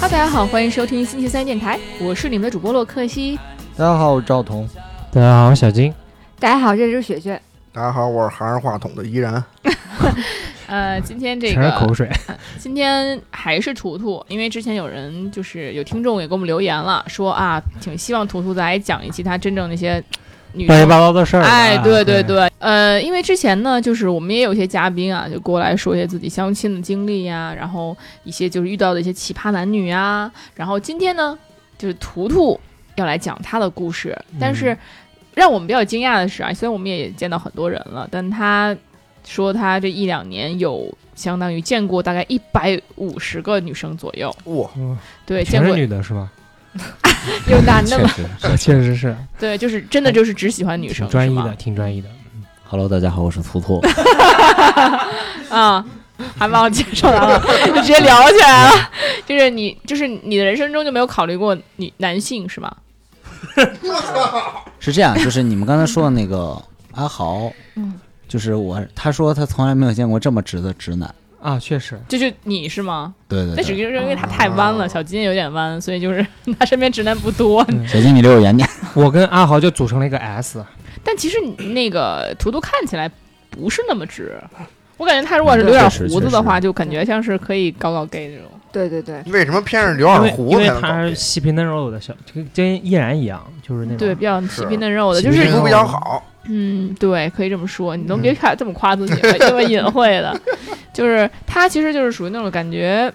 哈，大家好，欢迎收听星期三电台，我是你们的主播洛克西。大家好，我是赵彤。大家好，我小金。大家好，这是雪雪。大家好，我是含着话筒的依然。呃，今天这全是口个，水，今天还是图图，因为之前有人就是有听众也给我们留言了，说啊，挺希望图图再来讲一期他真正那些女乱七生八糟的事儿啊。哎，对对对，对，呃，因为之前呢，就是我们也有一些嘉宾啊，就过来说一些自己相亲的经历呀，然后一些就是遇到的一些奇葩男女啊，然后今天呢，就是图图要来讲他的故事，嗯但是让我们比较惊讶的是啊，虽然我们也见到很多人了，但他说他这一两年有相当于见过大概一百五十个女生左右，哇，对，见全是过女的是吧？有男的确吗？实。 确实是，对，就是真的就是只喜欢女挺生，专是一吗的，挺专一的。 Hello，大家好，我是图图。 啊，还把我介绍完了，就直接聊起来了。 就是你，就是你的人生中就没有考虑过女男性是吗？是这样，就是你们刚才说的那个阿豪，嗯，就是我，他说他从来没有见过这么直的直男。啊，确实，就是你是吗？对对嗯那只对，是因为他太弯了，小金有点弯，所以就是 他身边直男不多。嗯小金，你离我远点。我跟阿豪就组成了一个 S，但其实你那个图图看起来不是那么直，我感觉他如果是留嗯点确实胡子确的实话，就感觉像是可以搞搞 gay 那种。对对对，为什么偏是刘因二为胡因才为能搞他定？细皮嫩肉的小，就跟依然一样，就是那种啊对，比较细皮嫩肉的，是就是细皮皮肤比 较好，嗯，对，可以这么说。你都嗯别看这么夸自己了，这么隐晦 的，就是他其实就是属于那种感觉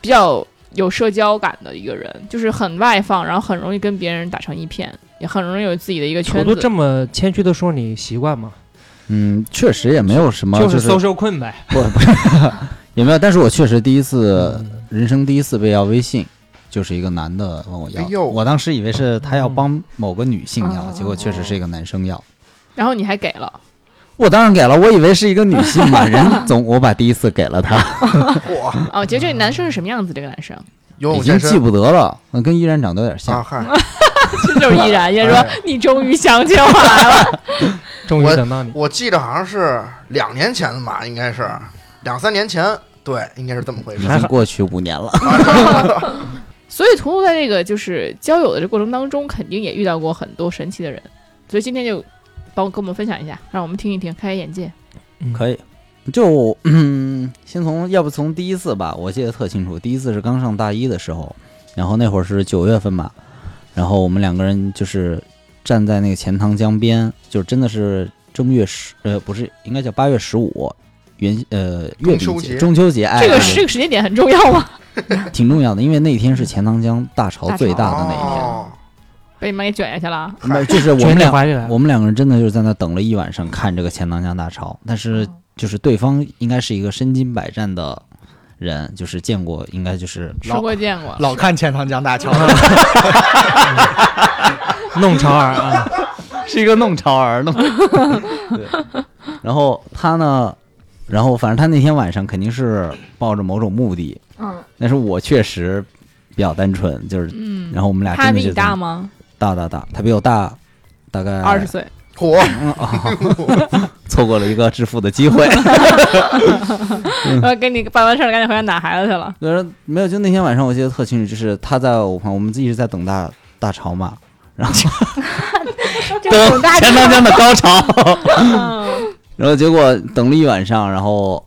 比较有社交感的一个人，就是很外放，然后很容易跟别人打成一片，也很容易有自己的一个我圈都子这。么谦虚的说，你习惯吗？嗯，确实也没有什么，就是是 social 困呗。不不是，也没有。但是我确实第一次，嗯人生第一次被要微信，就是一个男的问我要哎，呦我当时以为是他要帮某个女性要，嗯结果确实是一个男生要。然后你还给了，我当然给了，我以为是一个女性嘛，人总我把第一次给了他。哇，哦，其实这个男生是什么样子？这个男生游已泳经健记身不得了，嗯跟依然长得有点像啊，。嗨，这就是依然，依然说哎你终于想起我来了。 终于我等到你，我记得好像是两年前的吧，应该是两三年前，对，应该是这么回已事。哦经过去五年了，所以图图在这个就是交友的这过程当中，肯定也遇到过很多神奇的人，所以今天就帮跟我们分享一下，让我们听一听，开开眼界。嗯可以。就嗯，先从要不从第一次吧，我记得特清楚。第一次是刚上大一的时候，然后那会儿是九月份嘛，然后我们两个人就是站在那个钱塘江边，就真的是正月十呃不是应该叫八月十五元呃月饼中秋节节中秋节，哎，这个对这个时间点很重要吗？挺重要的，因为那天是钱塘江大潮最大的那一天。哦，被你们给卷下去了啊。没有就是我全们体俩滑下来我们两个人真的就是在那等了一晚上看这个钱塘江大潮，但是嗯就是对方应该是一个身经百战的人，就是见过，应该就是吃过见过，老看钱塘江大桥，弄潮儿啊，是一个弄潮儿 弄。对，然后他呢，然后反正他那天晚上肯定是抱着某种目的，嗯，但是我确实比较单纯，就是嗯，然后我们俩他真的哎比就你在大吗？大大大，他比我大大概二十岁，嚯，哎嗯哦 错过了一个致富的机会。嗯呃，给你办完事儿了，赶紧回家打孩子去了。就是没有，就那天晚上我记得特清楚，就是他在我旁，我们一直在等大大潮嘛，然后啊 等钱塘江的高潮，嗯，然后结果等了一晚上，然后呃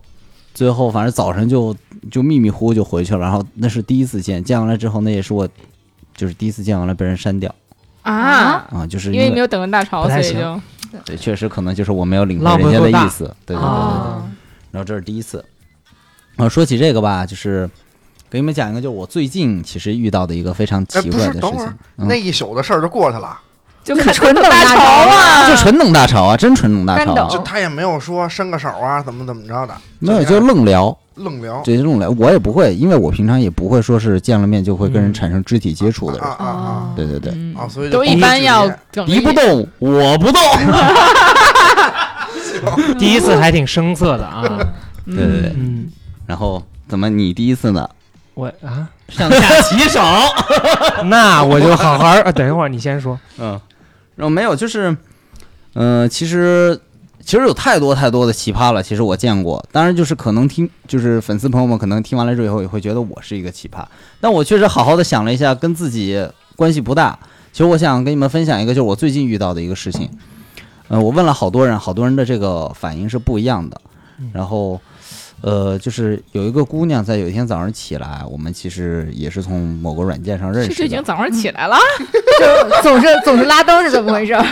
最后反正早晨就就迷迷糊糊就回去了，然后那是第一次见，见完了之后那也是我就是第一次见完了被人删掉啊，啊，就是因因为你没有等着大潮，不所太以行就对，确实可能就是我没有领浪会不人家的够大意思，对对对对。啊哦然后这是第一次。然后说起这个吧，就是给你们讲一个，就是我最近其实遇到的一个非常哎，奇不怪的，是事等会情嗯儿。那一宿的事儿就过去了，就看纯等等潮大 就啊。纯等大潮啊，真纯等大潮干啊，等就他也没有说伸个手啊，怎么怎么着的，没有就愣聊，愣聊对，就愣聊。我也不会，因为我平常也不会说是见了面就会跟人产生肢体接触的嗯啊人，啊啊对对对，嗯啊，所以就都一般要等敌不动我不动， 第一次还挺生涩的啊，嗯对对对。嗯，然后怎么你第一次呢？我啊，上下其手，那我就好好儿啊，等一会儿你先说，呃嗯，然后没有就是，嗯，其实其实有太多太多的奇葩了，其实我见过。当然，就是可能听，就是粉丝朋友们可能听完了之后也会觉得我是一个奇葩，但我确实好好的想了一下，跟自己关系不大。其实我想跟你们分享一个，就是我最近遇到的一个事情。嗯、我问了好多人，好多人的这个反应是不一样的。然后，呃，就是有一个姑娘在有一天早上起来，我们其实也是从某个软件上认这识就已的嗯经。早上起来了，就总是总是拉灯是怎么回事？啊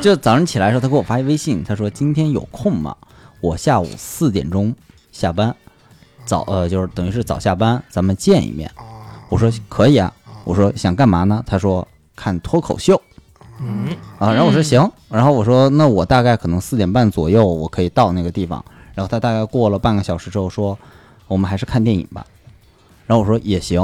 就早上起来的时候，她给我发一微信，她说今天有空吗？我下午四点钟下班，早呃就是等于是早下班，咱们见一面。啊我说可以啊，我说想干嘛呢？她说看脱口秀嗯，啊，然后我说嗯行，然后我说那我大概可能四点半左右我可以到那个地方，然后她大概过了半个小时之后说我们还是看电影吧，然后我说也行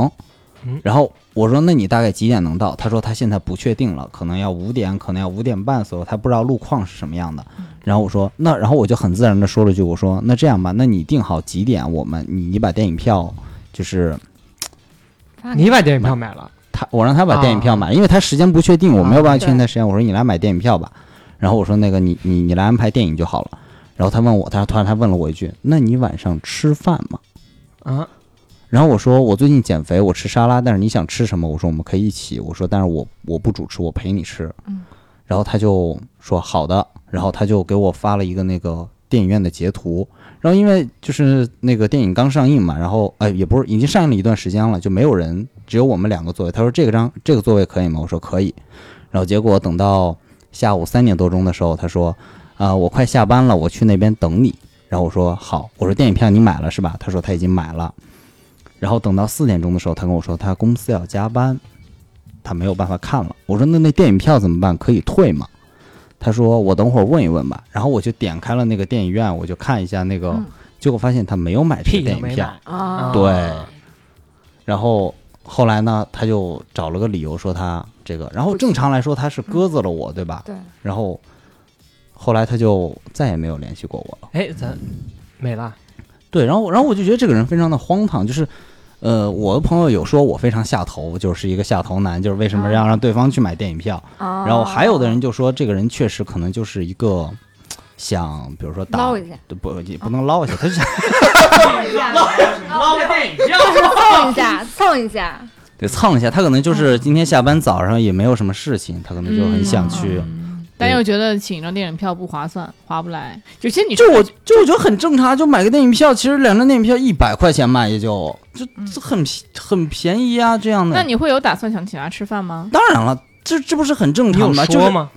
嗯。然后我说：“那你大概几点能到？”她说：“她现在不确定了，可能要五点，可能要五点半左右，她不知道路况是什么样的。”然后我说那，然后我就很自然的说了句，我说那这样吧，那你定好几点，我们你你把电影票，就是你把电影票买了，他，我让他把电影票买，因为他时间不确定，我没有办法确定他时间，我说你来买电影票吧，然后我说那个你你你来安排电影就好了，然后他问我，他突然他问了我一句，那你晚上吃饭吗？啊，然后我说我最近减肥，我吃沙拉，但是你想吃什么？我说我们可以一起。我说但是我我不主持，我陪你吃。嗯，然后他就说好的，然后他就给我发了一个那个电影院的截图。然后因为就是那个电影刚上映嘛，然后哎也不是已经上映了一段时间了，就没有人，只有我们两个座位。他说这个张这个座位可以吗？我说可以。然后结果等到下午三点多钟的时候，他说啊、我快下班了，我去那边等你。然后我说好，我说电影票你买了是吧？他说他已经买了。然后等到四点钟的时候，他跟我说他公司要加班，他没有办法看了。我说那那电影票怎么办？可以退吗？他说我等会儿问一问吧。然后我就点开了那个电影院，我就看一下那个，嗯结果发现他没有买这屁个电都影没票。买。啊，对，然后后来呢，他就找了个理由说他这个，然后正常来说他是鸽子了我，对吧？对，然后后来他就再也没有联系过我了。哎，咱没了，对，然后然后我就觉得这个人非常的荒唐，就是，呃，我的朋友有说我非常下头，就是一个下头男，就是为什么要让对方去买电影票？啊然后还有的人就说这个人确实可能就是一个想，比如说打捞一下，不也不能捞 一下，他就想蹭一下，蹭一下，得蹭一下，他可能就是今天下班早上也没有什么事情，他可能就很想去，嗯但又觉得请一张电影票不划算，划不来。有些女生就我就我觉得很正常，就买个电影票，其实两张电影票一百块钱嘛，也就就这很很便宜啊，这样的。嗯那你会有打算想请她吃饭吗？当然了，这这不是很正你常有吗？就说是吗？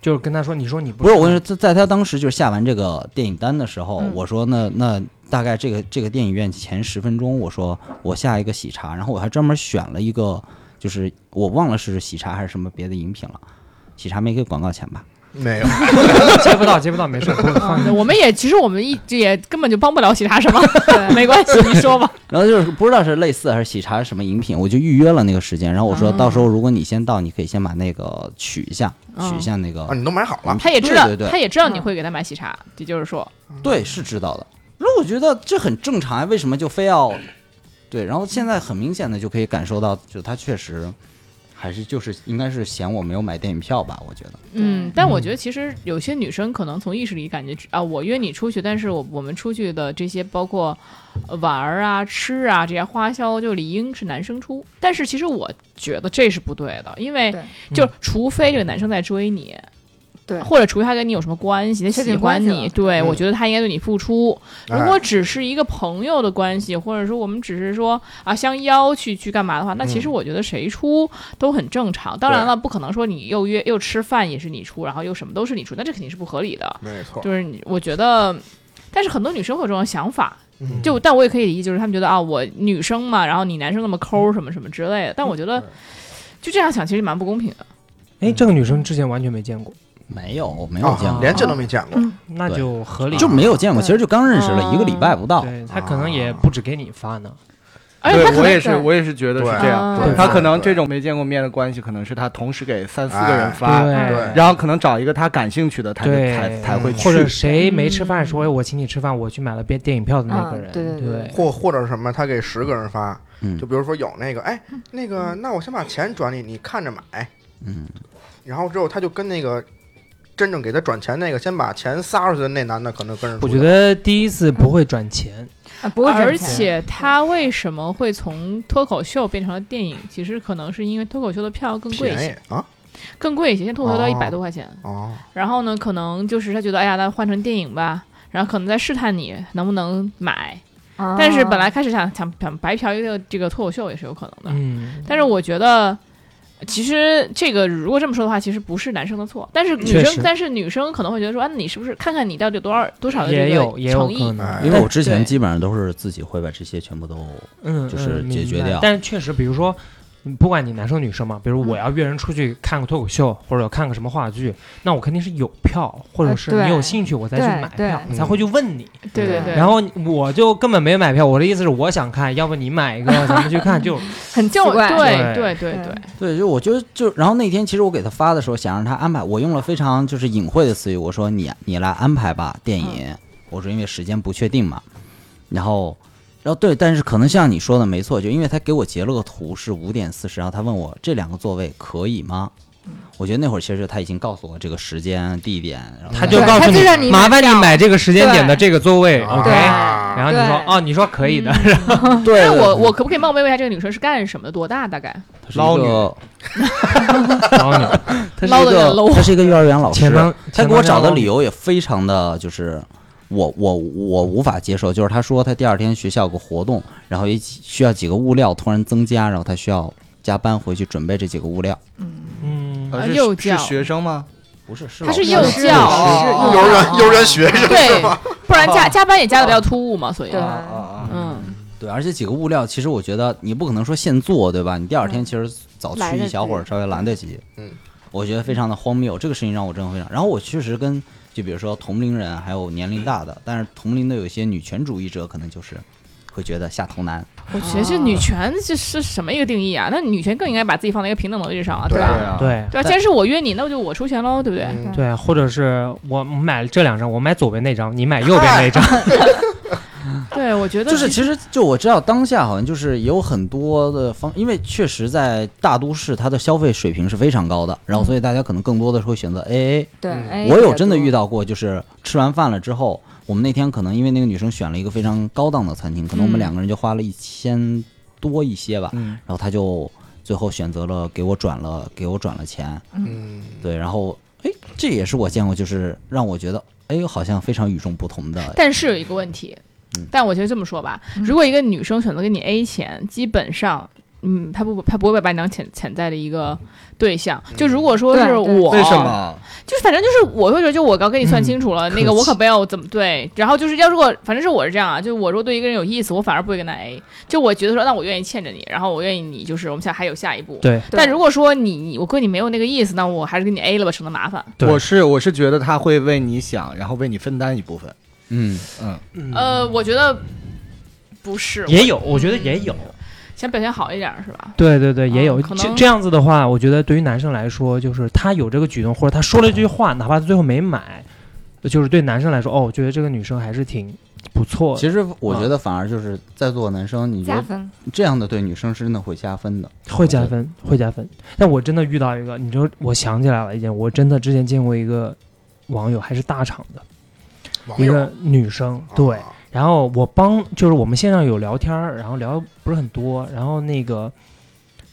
就是跟他说，你说你不不是， 我跟你说，在在他当时就是下完这个电影单的时候，嗯我说那那大概这个这个电影院前十分钟，我说我下一个喜茶，然后我还专门选了一个，就是我忘了是喜茶还是什么别的饮品了，喜茶没给广告钱吧？没有，啊接不到，接不到，没事，不会嗯放啊我们也其实我们一直也根本就帮不了其他什么， 没关系，你 说吧。然后就是不知道是类似还是喜茶什么饮品，我就预约了那个时间，然后我说啊到时候如果你先到，你可以先把那个取一下，取一下那个啊，，你都买好了，她也知道对对，对嗯她也知道你会给她买喜茶，也就是说，对，是知道的。那我觉得这很正常啊，为什么就非要？对，然后现在很明显的就可以感受到，就他确实还是就是应该是嫌我没有买电影票吧，我觉得。嗯，但我觉得其实有些女生可能从意识里感觉啊，我约你出去，但是我我们出去的这些包括呃玩儿啊、吃啊这些花销，就理应是男生出。但是其实我觉得这是不对的，因为对就除非这个男生在追你，对或者除非他跟你有什么关系，他确喜定关欢系你，了对、嗯我觉得他应该对你付出。如哎果只是一个朋友的关系，或者说我们只是说啊相邀去去干嘛的话，那其嗯实我觉得谁出都很正常。当然了，不可能说你又约又吃饭也是你出，然后又什么都是你出，那这肯定是不合理的。没错，就是你，我觉得，但是很多女生会有这种想法，嗯就但我也可以理解，就是她们觉得啊，我女生嘛，然后你男生那么抠什么什么之类的。但我觉得嗯就这样想其实蛮不公平的。哎，这个女生之前完全没见过，没有，没有见啊，过，连这都没见过，那就合理。就没有见过。对其实就刚认识了一个礼拜不到，对他可能也不止给你发呢，而且她可我能也是，我也是觉得是这样。哦对他可能这种没见过面的关系，可能是他同时给三四个人啊发，对对然后可能找一个他感兴趣的，他就哎对才才会或者去。谁没吃饭说哎我请你吃饭，我去买了电电影票的那个嗯人，对对对对，或或者什么，他给十个人发，嗯就比如说有那个，哎，那个，那我先把钱转你，你看着买，嗯，然后之后他就跟那个。真正给他转钱那个，先把前仨十岁的那男的可能跟着出我去。觉得第一次不会转钱，啊不会而赚钱，且他为什么会从脱口秀变成了电影？其实可能是因为脱口秀的票更贵一便些，宜啊更贵一些，现在脱口秀都要一哦百多块钱。哦，然后呢，可能就是他觉得，哎呀，那换成电影吧。然后可能在试探你能不能买，啊但是本来开始想想想白嫖一个这个脱口秀也是有可能的。嗯，但是我觉得，其实这个如果这么说的话，其实不是男生的错，但是女确生实，但是女生可能会觉得说，啊，你是不是看看你到底有多少多少的也这有也个有诚可意？哎能，因为我之对前基本上都是自己会把这些全部都嗯，就是嗯解决明白掉但是确实，比如说，嗯不管你男生女生嘛，比如嗯我要约人出去看个脱口秀，或者看个什么话剧，那我肯定是有票，或者呃是对你有兴趣，我再去对买对票，嗯才会去问你。对对嗯对。然后我就根本没买票，我的意思是我想看，要不你买一个，咱们去 看。就很奇就怪，对对对对嗯对，对，就我觉得就，然后那天其实我给他发的时候，想让他安排，我用了非常就是隐晦的词语，我说你你来安排吧，电影，我说因为时间不确定嘛，然后，然后对，但是可能像你说的没错，就因为他给我截了个图是五点四十，然后他问我这两个座位可以吗？我觉得那会儿其实他已经告诉我这个时间地点，然后他对就告诉他你就让你，麻烦你买这个时间点的对这个座位啊，OK。然后你说对，嗯哦，你说可以的， 对，那我我可不可以冒昧问一下，这个女生是干什么的？多大？大概他是一个，然后你他捞是得一很 low 个，他是一个幼儿园老师，前方，他前给我方找的让理由也非常的就是我我我无法接受，就是他说他第二天学校有个活动，然后也几需要几个物料突然增加，然后他需要加班回去准备这几个物料。嗯，呃是幼是教学生吗？不是，是她是师啊幼老师教，啊哦幼儿园幼儿园学生对，不然加加班也加的比较突兀嘛，所以对啊嗯，对，而且几个物料其实我觉得你不可能说现做，对吧？你第二天其实早嗯来去得一小会儿及稍微来得及。嗯，我觉得非常的荒谬，这个事情让我真的非常。然后我确实跟就比如说同龄人还有年龄大的，但是同龄的有一些女权主义者可能就是会觉得下头男。我哦觉得这女权这是什么一个定义啊？那女权更应该把自己放在一个平等的位置上啊，对吧？啊，对对吧？既然是我约你，那就我出钱喽，对不对？嗯对，或者是我买了这两张，我买左边那张，你买右边 那张，对，我觉得就是其实就我知道当下好像就是有很多的方，因为确实在大都市它的消费水平是非常高的，然后所以嗯大家可能更多的是会选择 AA。对嗯，哎我有真的遇，到过，就是吃完饭了之后，我们那天可能因为那个女生选了一个非常高档的餐厅，可能我们嗯两个人就花了一千多一些吧，嗯，然后她就最后选择了给我转了给我转了钱，嗯，对，然后哎这也是我见过就是让我觉得哎好像非常与众不同的，但是有一个问题嗯，但我觉得这么说吧，嗯如果一个女生选择给你 A 钱，基本上。嗯，她不，她不会把你当潜潜在的一个对象。就如果说对是对我，为什么？嗯就是反正就是我会觉得，就我刚跟你算清楚了，那个嗯客气我可没有怎么对。然后就是要如果反正是我是这样啊，就我如果对一个人有意思，我反而不会跟他 A。就我觉得说，那我愿意欠着你，然后我愿意你就是我们想还有下一步。 对，但如果说你你我对你没有那个意思，那我还是跟你 A 了吧，省得麻烦。对我是我是觉得他会为你想，然后为你分担一部分。嗯，嗯，呃，我觉得不嗯是，也有，我觉得也有，想表现好一点是吧？对对对，也有。嗯嗯可这能这样子的话，我觉得对于男生来说，就是他有这个举动，或者他说了一句话，哪怕他最后没买，就是对男生来说，哦，我觉得这个女生还是挺不错的，其实我觉得反而就是在座的男生，你觉加得分，这样的对女生是真的会加分的。会加分，会加分。但我真的遇到一个，你就我想起来了一件，我真的之前见过一个网友，还是大厂的嗯网哎一友个女生，对，哦啊然后我帮，就是我们线上有聊天儿，然后聊得不是很多，然后那个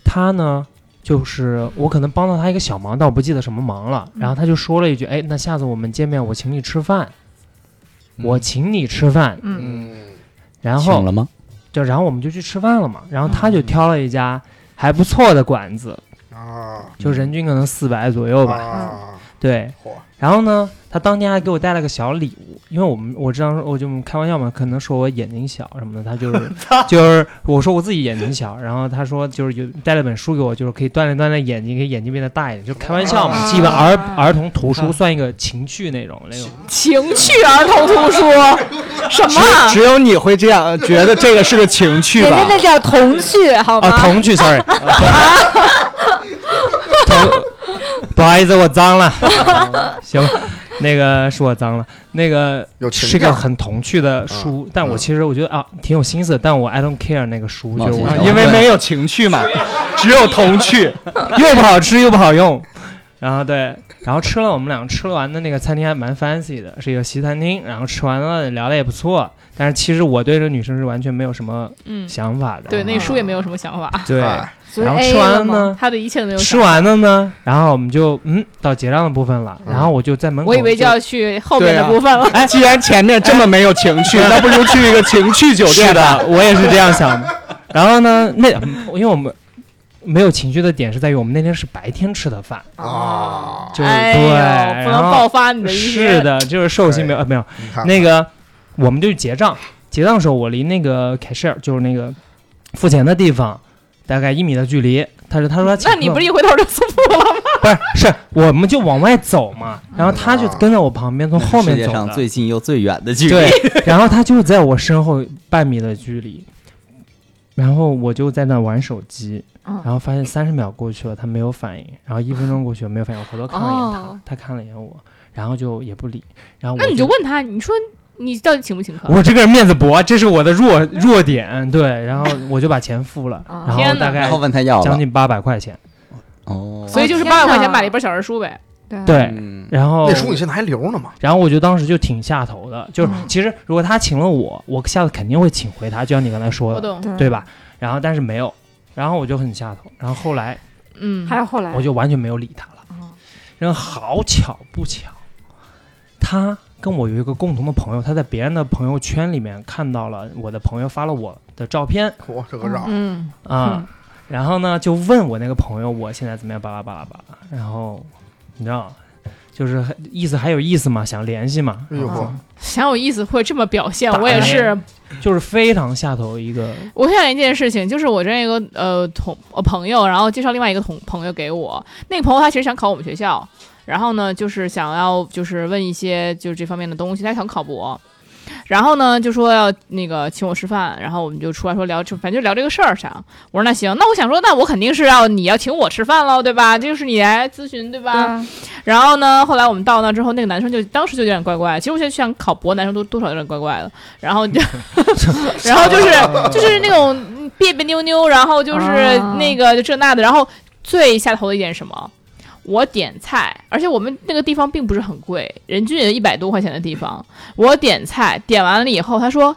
他呢，就是我可能帮到他一个小忙，但我不记得什么忙了。然后他就说了一句：“哎，那下次我们见面，我请你吃饭，嗯我请你吃饭。嗯，嗯，”然请后了吗？就然后我们就去吃饭了嘛。然后他就挑了一家还不错的馆子，啊就人均可能四百左右吧。啊，对，嚯，然后呢，他当天还给我带了个小礼物，因为我们我知道我就开玩笑嘛，可能说我眼睛小什么的，他就是 就是我说我自己眼睛小，然后他说就是有带了本书给我，就是可以锻炼锻炼眼睛，给眼睛变得大一点，就开玩笑嘛，啊是一本儿儿童图书，算一个情趣那种那种，情趣儿童图书 什么啊？只有你会这样觉得这个是个情趣人吧家？那叫童趣，好哦，吗？童趣，sorry，童，不好意思，我 脏了，行，那个是我脏了，那个有情是个调很童趣的书，但我其实我觉得啊挺有心思的，但我 I don't care 那个书，冒就是险哦我小觉得因为没有情趣嘛，只有童趣。又不好吃又不好用。然后对，然后吃了我们俩吃完的那个餐厅还蛮 fancy 的，是一个西餐厅。然后吃完了聊的也不错，但是其实我对这个女生是完全没有什么嗯，想法的。对，那啊个书也没有什么想法，对，哎所以然后 A 吃完了了吗？呢，他的一切都没有吃想法。完了呢，然后我们就嗯到结账的部分了，然后我就在门嗯口，我以为就要去后面的啊部分了，哎，既然前面这么没有情趣，那不如去一个情趣酒是店吧。的，我也是这样想的。然后呢，那因为我们没有情绪的点是在于我们那天是白天吃的饭，嗯啊，就是、哎对，呦，不然能后爆发你的一些是，的，就是兽性没有、呃、没有你看那个，我们就结账，结账的时候我离那个 cashier 就是那个付钱的地方大概一米的距离，他说他说他请那你客不是一回头就速度了 吗？不是是我们就往外走嘛，然后他就跟在我旁边从后世面界走上的最近又最远的距离，对，然后他就在我身后半米的距离，然后我就在那玩手嗯机，然后发现三十秒过去了，他没有反应，然后一分钟过去了没有反应，我回头看了一眼他，哦他看了一眼我，然后就也不理，然后我那你就问他，你说你到底请不请客？我这个人面子薄，这是我的弱弱点，对，然后我就把钱付了，啊然后天哪大概然后问他要将了，近八百块钱，哦，所以就是天哪八百块钱买了一本小人书呗。对对，嗯，然后那书你现在还留着呢吗？然后我就当时就挺下头的，就是嗯其实如果他请了我，我下次肯定会请回他，就像你刚才说我的，懂，对对吧？然后但是没有，然后我就很下头，然后后来嗯，还有后来我就完全没有理他了。哦然后好巧不巧，他跟我有一个共同的朋友，他在别人的朋友圈里面看到了我的朋友发了我的照片我这个绕，嗯，啊、嗯然后呢就问我那个朋友我现在怎么样，巴拉巴拉巴拉，然后你知道。就是很意思还有意思嘛，想联系嘛，嗯哎呦呵，想有意思会这么表现，打我也是。就是非常下头一个我想一件事情，就是我这样一个呃同呃朋友，然后介绍另外一个同朋友给我，那个朋友他其实想考我们学校，然后呢就是想要就是问一些就是这方面的东西，他想考博。然后呢，就说要那个请我吃饭，然后我们就出来说聊，就反正就聊这个事儿上。我说那行，那我想说，那我肯定是要你要请我吃饭喽，对吧？这就是你来咨询，对吧？啊，然后呢，后来我们到那之后，那个男生就当时就有点怪怪。其实我现在想考博，男生都多少有点怪怪的。然后就， 然后就是就是那种嗯别别扭扭，然后就是啊那个就这那的。然后最下头的一点是什么？我点菜，而且我们那个地方并不是很贵，人均也一百多块钱的地方。我点菜，点完了以后，他说。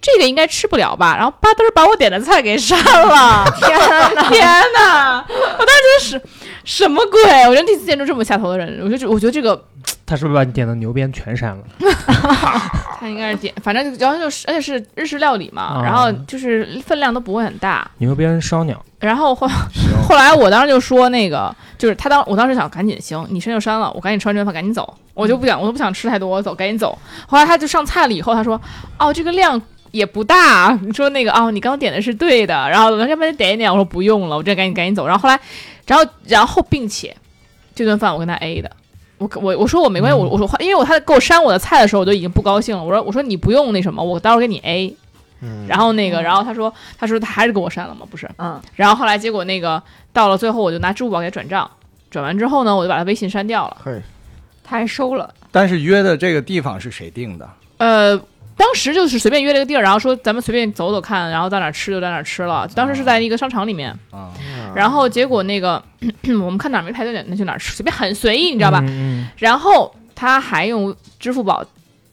这个应该吃不了吧？然后吧嘚儿把我点的菜给删了，天哪！ 天哪！我当时觉得是什么鬼？我人第一次见着这么下头的人，我觉得这我觉得这个他是不是把你点的牛鞭全删了？他应该是点，反正就然后就是而且是日式料理嘛，啊然后就是分量都不会很大。牛鞭烧鸟，然后后 后来我当时就说那个，就是他当我当时想赶紧行，你身就删了，我赶紧吃完这顿饭赶紧走，我就不想我都不想吃太多，我走赶紧走。后来他就上菜了以后，他说哦这个量。也不大，你说那个哦，你刚点的是对的，然后要不然点一点，我说不用了，我这赶紧赶紧走。然后后来，然后然后并且这顿饭我跟他 A 的，我我我说我没关系，我我说因为我他给我删我的菜的时候，我就已经不高兴了，我说我说你不用那什么，我待会儿给你 A。嗯，然后那个，然后他说他说他还是给我删了嘛，不是？嗯，然后后来结果那个到了最后，我就拿支付宝给他转账，转完之后呢，我就把他微信删掉了。嘿，他还收了，但是约的这个地方是谁定的？呃，当时就是随便约了个地儿，然后说咱们随便走走看，然后到哪儿吃就在哪儿吃了。当时是在一个商场里面，啊，嗯嗯然后结果那个 我们看哪儿没排队点，那就哪儿吃，随便很随意，你知道吧？嗯嗯然后他还用支付宝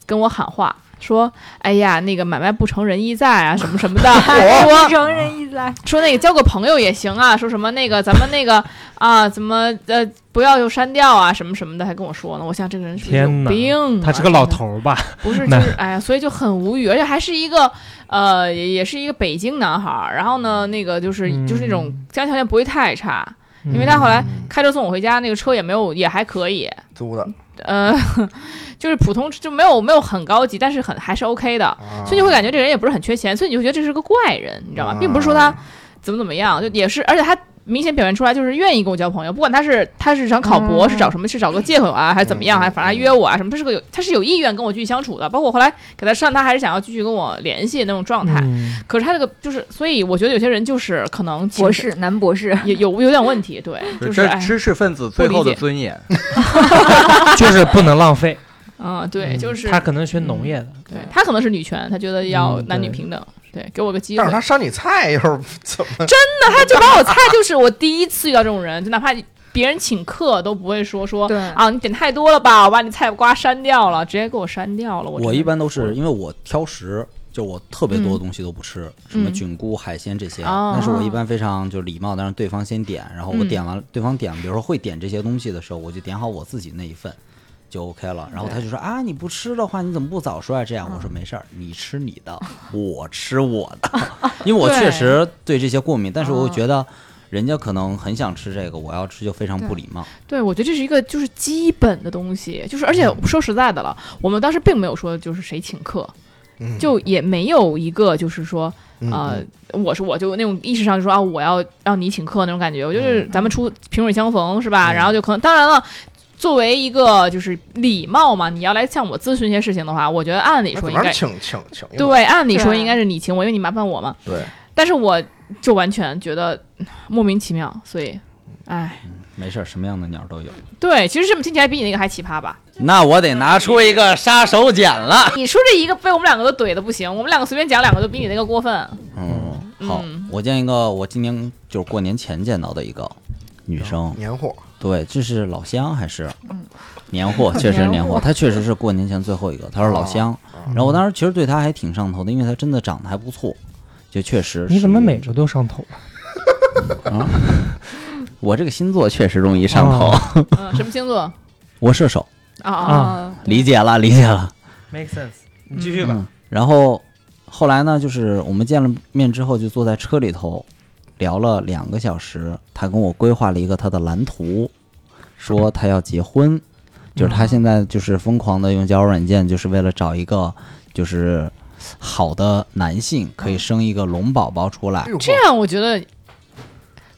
跟我喊话。说，哎呀，那个买卖不成仁义在啊，什么什么 的。哎我一成人一来，说那个交个朋友也行啊，说什么那个咱们那个啊，怎么呃不要就删掉啊，什么什么的，还跟我说呢。我想这个人是不是有天哪病、啊，他是个老，头儿吧？不是就那 是哎呀，所以就很无语，而且还是一个呃也也是一个北京男孩儿，然后嗯呢那个就是、就是那种家庭条件不会太差，嗯因为他后来开车送我回家，那个车也没有也还可以，租的，呃， 就是普通就没有没有很高级，但是很还是 OK 的，所以你会感觉这人也不是很缺钱，所以你就觉得这是个怪人，你知道吗？并不是说他怎么怎么样，就也是，而且他明显表现出来就是愿意跟我交朋友，不管他是他是想考博，嗯是找什么，是找个借口啊，还是怎么样，嗯还反正还约我啊什么，他是个有他是有意愿跟我继续相处的，包括我后来给他上，他还是想要继续跟我联系那种状态。 嗯可是他这个就是，所以我觉得有些人就是可能博士男博士，有有有点问题，对，就是这哎，知识分子最后不理的解尊严。就是不能浪费。嗯， 对，嗯就是嗯他可能学农业的，对他可能是女权，他觉得要嗯男女对平等，对，给我个机会但是。他删你菜又是怎么？那他就把我菜，就是我第一次遇到这种人，就哪怕别人请客都不会说说对啊，你点太多了吧，我把你菜瓜删掉了，直接给我删掉了。我真我的一般都是因为我挑食，就我特别多东西都不吃，什么菌菇、海鲜这些。嗯哦嗯但是我一般非常就礼貌的让对方先点，然后我点完，对方点，比如说会点这些东西的时候，我就点好我自己那一份。就 OK 了，然后他就说啊，你不吃的话，你怎么不早说啊？这样我嗯说没事儿，你吃你的，我吃我 的，因为我对确实对这些过敏，但是我又哦觉得人家可能很想吃这个，我要吃就非常不礼貌。对，我觉得这是一个就是基本的东西，就是而且说实在的了，我们当时并没有说就是谁请客，嗯就也没有一个就是说嗯呃，我是我就那种意识上就说啊，我要让你请客那种感觉，我嗯就是咱们出萍水相逢是吧？然后就可能当然了。作为一个就是礼貌嘛，你要来向我咨询一些事情的话，我觉得按理那说怎应么该让请请请一碗对，按理说对应该是你请我，因为你麻烦我嘛。对，但是我就完全觉得嗯莫名其妙，所以，哎，没事儿，什么样的鸟都有。对，其实这么听起来比你那个还奇葩吧？那我得拿出一个杀手锏了。你说这一个被我们两个都怼的不行，我们两个随便讲两个都比你那个过分。嗯，嗯好，我见一个，我今年就是过年前见到的一个女生，年货，对，这是老乡还是？年货，确实是年货，她确实是过年前最后一个，她是老乡。然后我当时其实对她还挺上头的，因为她真的长得还不错，就确实。你怎么每？周都上头啊？我这个星座确实容易上头，嗯，什么星座？我射手，啊啊啊，理解了，理解了。 ？Make sense，你继续吧。嗯，然后后来呢，就是我们见了面之后，就坐在车里头聊了两个小时。他跟我规划了一个他的蓝图，说他要结婚，就是他现在就是疯狂的用交友软件，就是为了找一个就是好的男性，可以生一个龙宝宝出来哎。呦这样我觉得。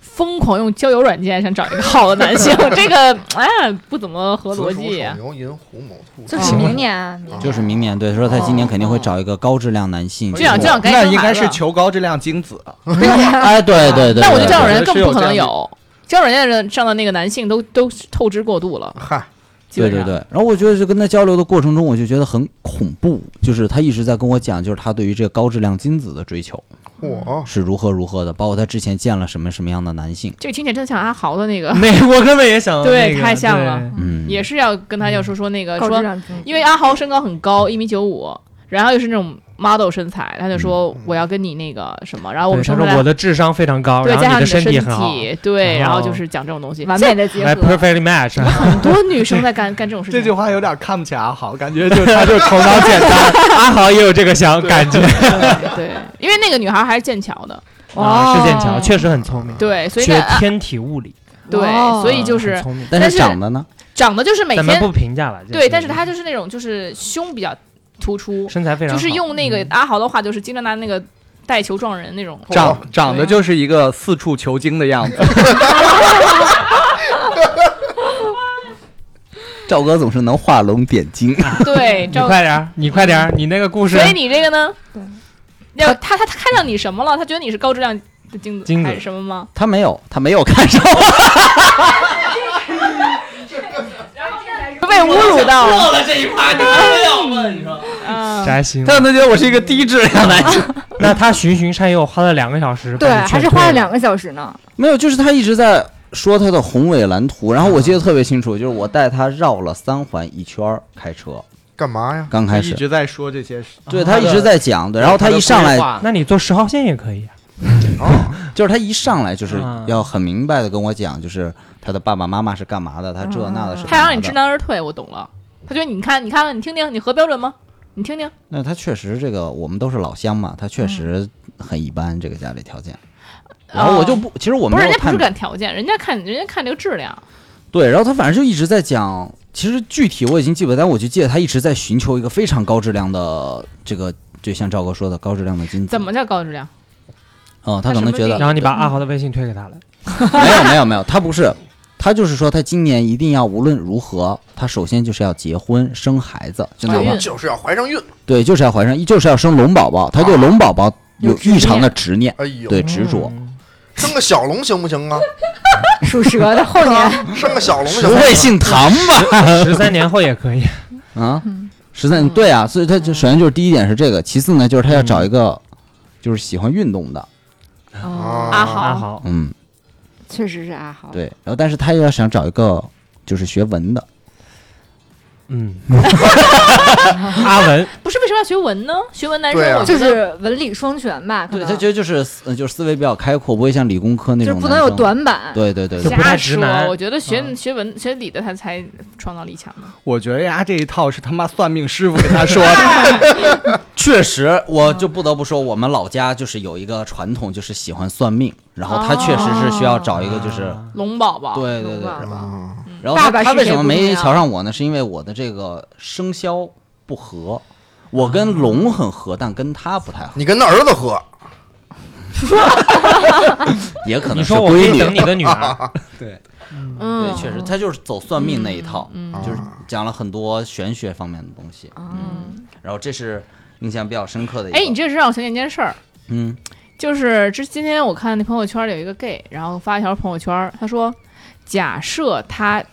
疯狂用交友软件想找一个好的男性，这个哎不怎么合逻辑。啊子鼠丑牛寅虎卯兔，就是明年啊，明年就是明年，对，说他今年肯定会找一个高质量男性。这样结这果样该那生应孩该子是了求高质量精子，哎，对对对。但我觉得交友对软件更不可能是有这样有，交友软件上的那个男性都都透支过度了。嗨，基对本对上对，然后我觉得就跟他交流的过程中，我就觉得很恐怖，就是他一直在跟我讲，就是他对于这个高质量精子的追求我是如何如何的，包括他之前见了什么什么样的男性，这个听起来真的像阿豪的那个，那 我根本也想对太像了啊 嗯，也是要跟他要说说那个高质说，量经济因为阿豪身高很高，一米九五，然后又是那种 model 身材，他就说嗯我要跟你那个什么，然后我对们他说说出来我，的智商非常高，对，然后加上的你的体体很好，，对，然然后后就是讲这种东西，完美的结来合， perfectly match。很多女生在干干这种事这情句。话有点看不起阿豪，感 觉就他就是头脑简单。阿豪也有这个想感 觉，对，因为那个女孩还是剑桥的，啊，哦是剑桥，确实很聪明，对，所以学那啊天体物理，啊对哦，所以就是很聪明。但但是是长得呢，长得就是每咱们天不评价了，对，但是她就是那种就是胸比较突出，身材非常就好，是用那个嗯阿豪的话，就是经常拿那个带球撞人那种。长长得就是一个四处求精的样子。赵哥总是能画龙点睛， 对，你赵快点儿，你快点儿，你那个故事所以你这个呢对？要他他他看上你什么了？他觉得你是高质量的精子精子还是什么吗？ 他没有，他没有看上我，被侮辱到 了，了这一趴，你没有吗？你说，嗯，扎心了他。可能觉得我是一个低质量男性， 那他循循善诱，花了两个小时，对，把你劝还是花了退两个小时呢。 没有，就是他一直在说他的宏伟蓝图，然后我记得特别清楚，就是我带他绕了三环一圈儿开车，干嘛呀？刚他开一始。直在说这些事，对他一直在讲对，然后他一上来那你坐十号线也可以啊，啊，就是他一上来就是啊要很明白的跟我讲，就是他的爸爸妈妈是干嘛的，他这那的是。他要让你知，难而退，我懂了。他觉得你看，你看看，你听听，你合标准吗？你听听那他确实这个我们都是老乡嘛，他确嗯实很一般，这个家里条件。然后我就不，其实我哦不没是人有家不看是看条件，人家看人家看这个质量。对，然后他反正就一直在讲，其实具体我已经记不得，但我就记得他一直在寻求一个非常高质量的这个，就像赵哥说的高质量的金子。怎么？叫高质量？嗯，他他可什能么觉得地然后你把阿豪的微信推给他了， 没有没有没有，他不是，他就是说他今年一定要无论如何，他首先就是要结婚生孩子，就哪怀怕孕就是要怀上孕。对，就是要怀上，就是要生龙宝宝，他对龙宝宝有异常的执念，哎呦，对执着，嗯生个小龙行不行啊？属蛇 的后年，生个小龙行不不行啊会姓唐吧？嗯十三年后也可以。啊嗯，十三对啊，所以他就首先就是第一点是这个，其次呢就是他要找一个就是喜欢运动的，啊阿阿豪，豪，嗯，确实是爱好。对，然后但是他又要想找一个就是学文的， 嗯，阿文，不是为什么要学文呢？学文男生对啊我就觉得是文理双全吧，可对能他觉得就是思呃就是思维比较开阔，不会像理工科那就是种，不能有。短板。对对对就对，不太瞎直男说。我觉得学嗯学文学理的他才创造力强呢。我觉得呀，这一套是他妈算命师傅给 他说的。确实，我嗯就不得不说，我们老家就是有一个传统，就是喜欢算命，然后他哦确实是需要找一个就是，龙宝宝，对对对，是吧？啊，然后他爸爸是他为谁什么不重没要瞧上我呢？是因为我的这个生肖不合，我跟龙很合，但跟他不太合，你跟他儿子喝，也可能你是说我可闺以女。等你的 女儿，嗯对，确实，他就是走算命那一套，嗯啊 就是讲了很多玄学方面的东西。嗯，然后这是印象比较深刻的一个。哎，你这是让我想起一件事儿，嗯，就是之今天我看那朋友圈里有一个 gay，然后发一条朋友圈，他说，假设他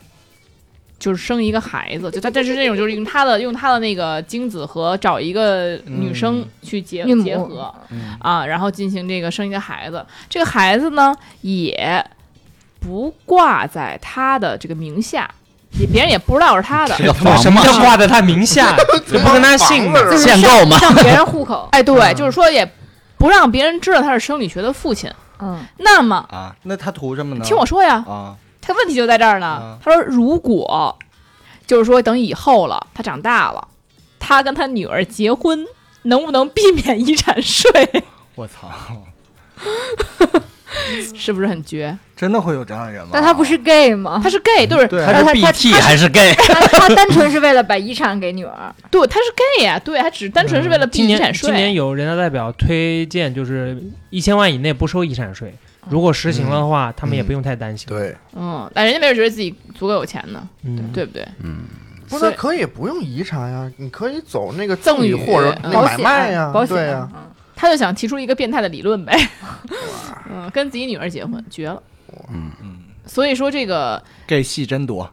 就是生一个孩子，就他但是那种就是用他的用他的那个精子和找一个女生嗯去结、孕母结合嗯啊，然后进行这个生一个孩子，这个孩子呢也不挂在他的这个名下，也别人也不知道是他的，，这个他妈房什么子叫挂在他名下？啊就不跟他姓房子就是是限上购吗上别人户口哎，对，就是说也不让别人知道他是生理学的父亲。嗯，那么，啊，那他图什么呢？听我说呀， 啊，他问题就在这儿呢啊。他说，如果就是说等以后了，他长大了，他跟他女儿结婚，能不能避免遗产税？ 我操，是不是很绝？真的会有这样的人吗？但他不是 gay 吗 他？是 gay，对，对他啊，是 BT 还是 gay？他他单纯是为了把遗产给女儿，对，他是 gay 呀，对，他只 单纯是为了避嗯今遗产年税。今年有人大代表推荐，就是一千万以内不收遗产税。如果实行了的话，他们也不用太担心。对，嗯，但人家没准觉得自己足够有钱呢，嗯，对不对？嗯，不所是以可以不用遗产呀，你可以走那个赠赠与与或者嗯那保买险卖呀，保对险呀，嗯他就想提出一个变态的理论呗。 嗯，跟自己女儿结婚，绝了。嗯嗯，所以说这个这戏真多。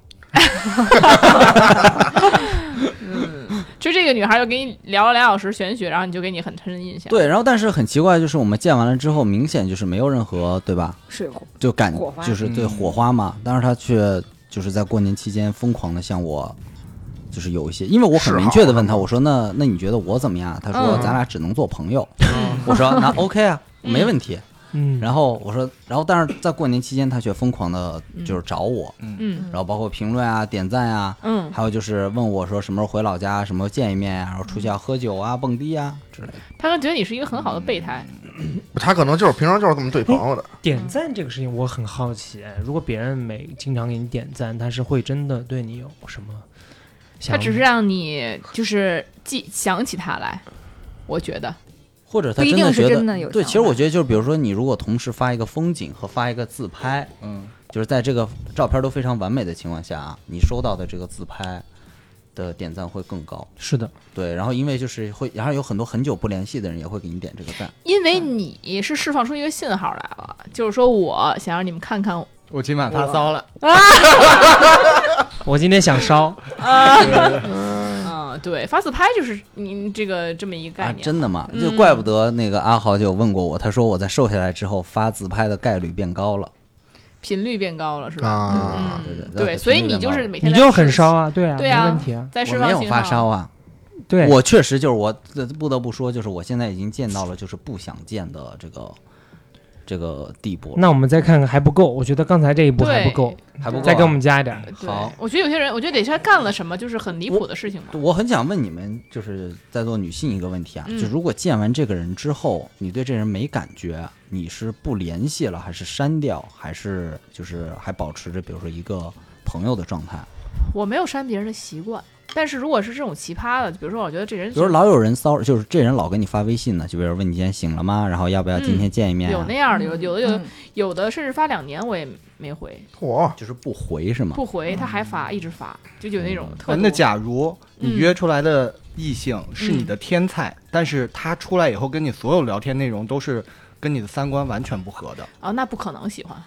就这个女孩就给你聊了俩小时玄学，然后你就给你很深的印象。，对。然后但是很奇怪，就是我们见完了之后，明显就是没有任何对吧？水火就感火花就是对嗯火花嘛。但是他却就是在过年期间疯狂的向我。就是有一些，因为我很示明好确的问他，我说那那你觉得我怎么样？他说嗯咱俩只能做朋友。 我说 那 OK 啊，没问题。嗯，然后我说，然后但是在过年期间，他却疯狂的就是找我，嗯然后包括评论啊、点赞啊，嗯，还有就是问我说什么时候回老家，什么时候见一面啊，然后出去要喝酒啊、蹦迪啊之类的。他们觉得你是一个很好的备胎。他可能就是平常就是这么对朋友的，嗯点赞这个事情我很好奇，如果别人没经常给你点赞，他是会真的对你有什么想他法？只是让你就是记想起他来，我觉得或者他不一真定的是觉真得，的有想法。对，其实我觉得就是，比如说你如果同时发一个风景和发一个自拍，嗯，就是在这个照片都非常完美的情况下啊，你收到的这个自拍的点赞会更高。是的，对，然后因为就是会，然后有很多很久不联系的人也会给你点这个赞。因为你是释放出一个信号来了，就是说我想让你们看看我。我今晚发骚了，我今天想烧，嗯，对，发自拍就是你这个这么一个概啊，念。真的吗？嗯就怪不得那个阿豪就有问过我，他说我在瘦下来之后发自拍的概率变高了。频率变高了是吧？啊，嗯对对，对，对所以你频率变就高是了每天你在就很烧啊，对啊，对啊没问题啊，在我释没放有信发号。烧啊，对，我确实就是我这不得不说，就是我现在已经见到了就是不想见的这个这个地步了，那我们再看看还不够，我觉得刚才这一步还不够，还不够啊。再给我们加一点。对好，我觉得有些人，我觉得得是他干了什么就是很离谱的事情吧。我很想问你们，就是在座女性一个问题啊，嗯就如果见完这个人之后，你对这人没感觉，你是不联系了，还是删掉，还是就是还保持着比如说一个朋友的状态？我没有删别人的习惯，但是如果是这种奇葩的，比如说我觉得这人比如老有人骚扰，就是这人老给你发微信呢，就比如问你今天醒了吗？然后要不要今天见一面、嗯啊有那样的，有有的有嗯有的甚至发两年我也没回，哦嚯，就是不回是吗？不回他还发，一直发，就有那种特啊毒那假如嗯你约出来的异性是你的天菜，但是他出来以后跟你所有聊天内容都是跟你的三观完全不合的啊，那不可能喜欢，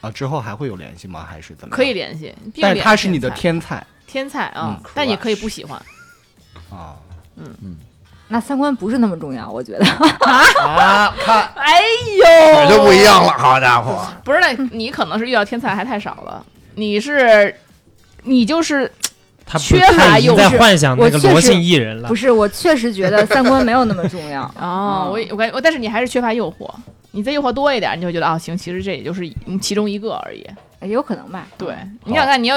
啊，之后还会有联系吗？还是怎么样？可以联系，必须嗯但联是系他是你的天天菜才天才啊嗯，但也可以不喜欢，啊，那三观不是那么重要，我觉得。啊，看哎哪呦，儿就不一样了，好家伙！不是，那你可能是遇到天才还太少了，你是你就是他不缺他乏已经幼。在稚幻想我那个确罗实姓艺人了不。是，我确实觉得三观没有那么重要 哦，嗯我也我感觉，但是你还是缺乏诱惑，你再诱惑多一点，你就会觉得啊、行，其实这也就是其中一个而嗯已。哎有可能吧？对，你想看，你要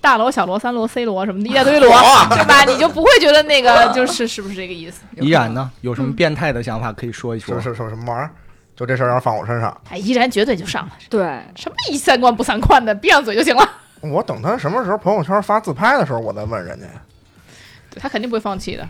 大罗、小罗、三罗、C 罗什么的一大 堆罗，对吧？你就不会觉得那个就是是不是这个意思？依然呢，啊有什么变态的想法可以说一说说？说说什么玩意儿？就这事儿要是放我身上，哎，依然绝对就上了，对，什么一三观不三观的，闭上嘴就行了。我等他什么时候朋友圈发自拍的时候，我再问人家。对他肯定不会放弃的，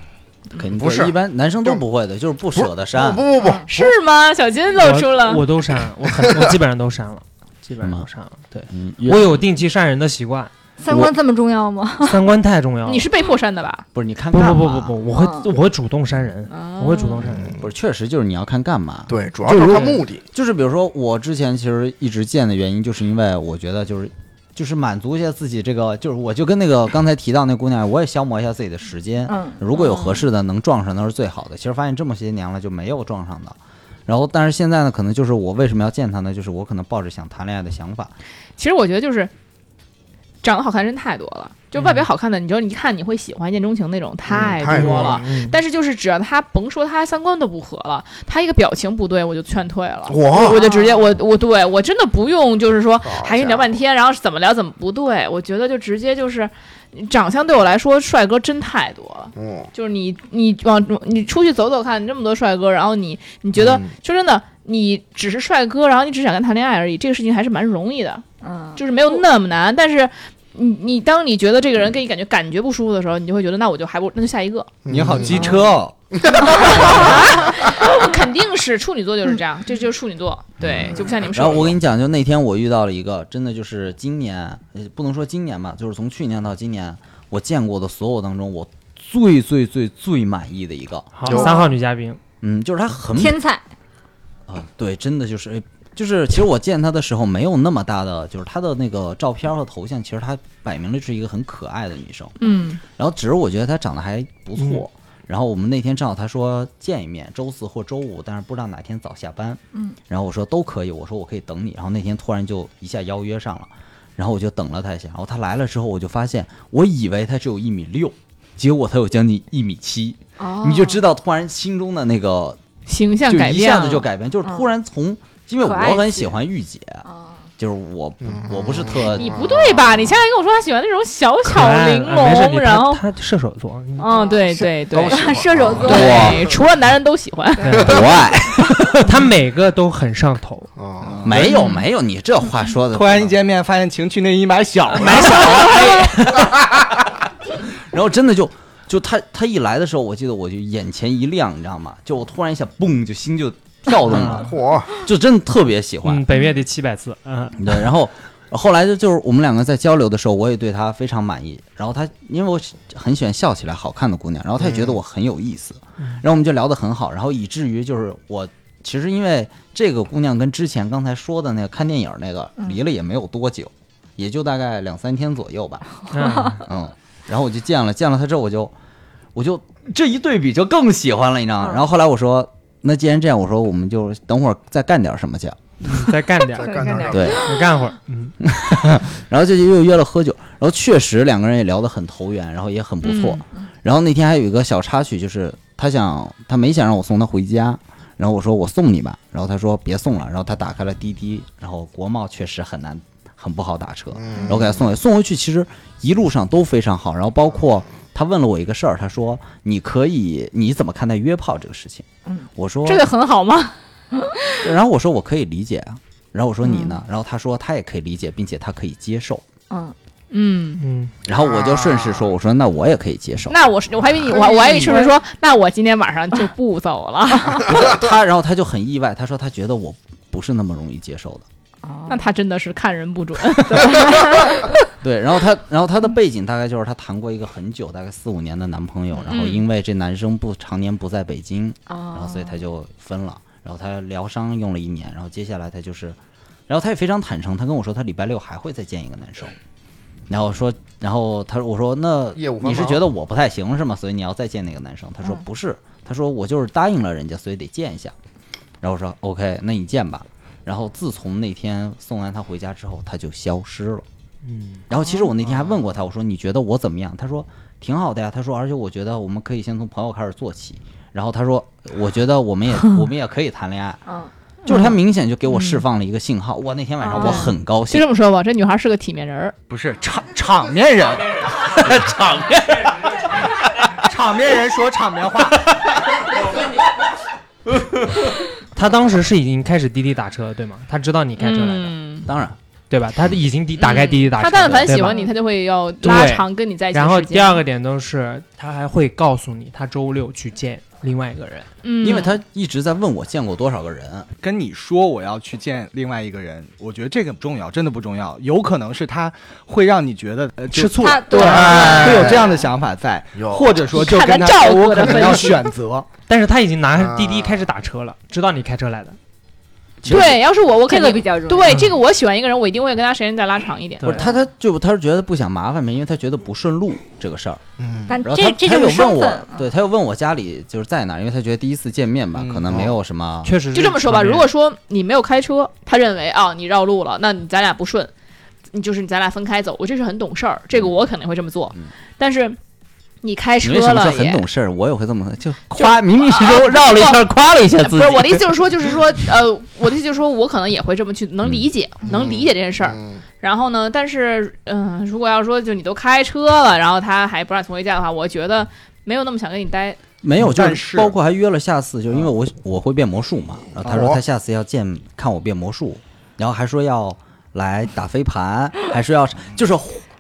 肯定不是一般男生都不会的，就是不舍得删。不不不不， 是吗？小金我露出了，我都删，我很我基本上都删了，基本上都删了。对，嗯，我有定期删人的 习惯，三观这么重要吗？三观太重要了。你是被啊迫删的吧？不是你看不干嘛不不不不，我嗯会我会主动删人，我我会主动删人。不是，确实就是你要看干嘛。对，主要就是看目的。嗯就是比如说，我之前其实一直建的原因，就是因为我觉得就是就是满足一下自己这个，就是我就跟那个刚才提到那姑娘，我也消磨一下自己的时间。嗯，如果有合适的能撞上，那是最好的。其实发现这么些年了就没有撞上的。然后，但是现在呢，可能就是我为什么要见她呢？就是我可能抱着想谈恋爱的想法，其实我觉得就是长得好看人太多了，就外表好看的，你知道，你看你会喜欢一见钟情那种太太多多了。嗯，但是就是只要他甭说他三观都不合了，他一个表情不对，我就劝退了。我我就直接我我对我真的不用就是说好还跟你聊半天，然后怎么聊怎么不对，我觉得就直接就是长相对我来说帅哥真太多了。嗯，就是你你往你出去走走看，你这么多帅哥，然后你你觉得、嗯说真的，你只是帅哥，然后你只是想跟他谈恋爱而已，这个事情还是蛮容易的，嗯，就是没有那么难。但是你你当你觉得这个人给你感觉感觉不舒服的时候，你就会觉得那我就还不那就下一个，你好，机嗯车哦，肯定是处女座就是这样，这就是处女座，对，就不像你们嗯然后我说跟你讲，就那天我遇到了一个，真的就是今年，呃不能说今年吧，就是从去年到今年，我见过的所有当中，我最最最最满意的一个，好有，三号女嘉宾，嗯，就是她很天才，啊，对，真的就是，哎就是其实我见她的时候没有那么大的，就是她的那个照片和头像，其实她摆明了是一个很可爱的女生，嗯然后只是我觉得她长得还不错。然后我们那天正好她说见一面，周四或周五，但是不知道哪天早下班。嗯，然后我说都可以，我说我可以等你。然后那天突然就一下邀约上了，然后我就等了她一下。然后她来了之后，我就发现我以为她只有一米六，结果她有将近一米七，哦你就知道突然心中的那个形象就改一变下了嗯子就改变，就是突然从，因为可我爱很起喜欢御姐，啊，就是我不嗯我不是特你不对吧？你现在跟我说他喜欢那种小可巧爱玲啊没事珑，你然后她她射手座，嗯嗯，对对对都喜 欢射手座对，除了男人都喜欢。 不 爱，她每个都很上头。啊，没有没有，你这话说的突然一，见面发现情趣内衣买小了，然后真的就就他他一来的时候，我记得我就眼前一亮，你知道吗？就我突然一下嘣，就心就跳动了，嚯，嗯就真的特别喜欢嗯，。本月第七百次，嗯， 对，然后后来就就是我们两个在交流的时候，我也对她非常满意。然后她因为我很喜欢笑起来好看的姑娘，然后她也觉得我很有意思，然后我们就聊得很好，然后以至于就是我。其实因为这个姑娘跟之前刚才说的那个看电影那个离了也没有多久，也就大概两三天左右吧， 嗯嗯，然后我就见了见了她之后，我就我就这一对比就更喜欢了，你知道吗？嗯然后后来我说，那既然这样，我说我们就等会儿再干点什么去，你再干点再儿，干干点点儿对，你干会儿，嗯，然后就又约了喝酒，然后确实两个人也聊得很投缘，然后也很不错。嗯然后那天还有一个小插曲，就是他想他没想让我送他回家，然后我说我送你吧，然后他说别送了，然后他打开了滴滴，然后国贸确实很难很不好打车，然嗯后给他送回送回去，其实一路上都非常好，然后包括。他问了我一个事儿，他说：“你可以你怎么看待约炮这个事情？”嗯，我说：“这个很好吗？然后我说我可以理解啊。”然后我说：“你呢？”然后他说他也可以理解，并且他可以接受。嗯，嗯，嗯，然后我就顺势说：“我说那我也可以接受。那我是我还以为你我我还以为顺顺说，那我今天晚上就不走了。他然后他就很意外，他说他觉得我不是那么容易接受的。哦 那他真的是看人不准。对，然后他然后他的背景大概就是他谈过一个很久，大概四五年的男朋友，然后嗯因为这男生不常年不在北京， 然后哦所以他就分了。然后他疗伤用了一年，然后接下来他就是，然后他也非常坦诚，他跟我说他礼拜六还会再见一个男生。然后说，然后他我说那业务繁忙你是觉得我不太行是吗？所以你要再见那个男生？他说嗯不是，他说我就是答应了人家，所以得见一下。然后我说 OK，那你见吧。然后自从那天送完他回家之后，他就消失了。嗯，然后其实我那天还问过他，我说你觉得我怎么样？他说挺好的呀。他说而且我觉得我们可以先从朋友开始做起。然后他说我觉得我们也我们也可以谈恋爱，嗯，就是他明显就给我释放了一个信号。哇，那天晚上我很高就兴这。么说吧，这女孩是个体面人儿，不是场场面人， 场面人， 场面人说场面话，他当时是已经开始滴滴打车了，对吗？他知道你开车来的，嗯，当然，对吧？他已经滴打开滴滴打车他了，但凡对喜吧欢你，他就会要对拉长跟你在一起的然时间。后第二个点都是他还会告诉你，他周六去见另外一个人。嗯，因为他一直在问我见过多少个人，跟你说我要去见另外一个人，我觉得这个不重要，真的不重要，有可能是他会让你觉得呃就吃醋他对会有这样的，的想法在，有或者说就看跟他说照顾我可的能分要析选择，但是他已经拿滴滴啊开始打车了，知道你开车来的。其实对，要是我，我这肯个比定较重要。对这个我喜欢一个人，我一定会跟他时间再拉长一点。不对是他，他就他是觉得不想麻烦呗，因为他觉得不顺路这个事儿。嗯，但然后这他这他就有是身问我份，，啊对，他又问我家里就是在哪儿，因为他觉得第一次见面吧，嗯可能没有什 么。确实是就这么说吧，旁边如果说你没有开车，他认为啊你绕路了，那你咱俩不顺，你就是咱俩分开走，我这是很懂事儿，这个我肯定会这么做。嗯但是你开车你为什么了说也，很懂事儿？我也会这么就夸，明明其中绕了一不圈，夸了一下呃不自己。是我的意思就是说，就是说，呃，我的意思就是说我可能也会这么去，能理解，能理解这件事儿。嗯然后呢，但是，嗯、如果要说就你都开车了，然后他还不让你回家的话，我觉得没有那么想跟你待。没有，就但是是包括还约了下次，就是因为我我会变魔术嘛，然后他说他下次要见看我变魔术，然后还说要来打飞盘，还说要就是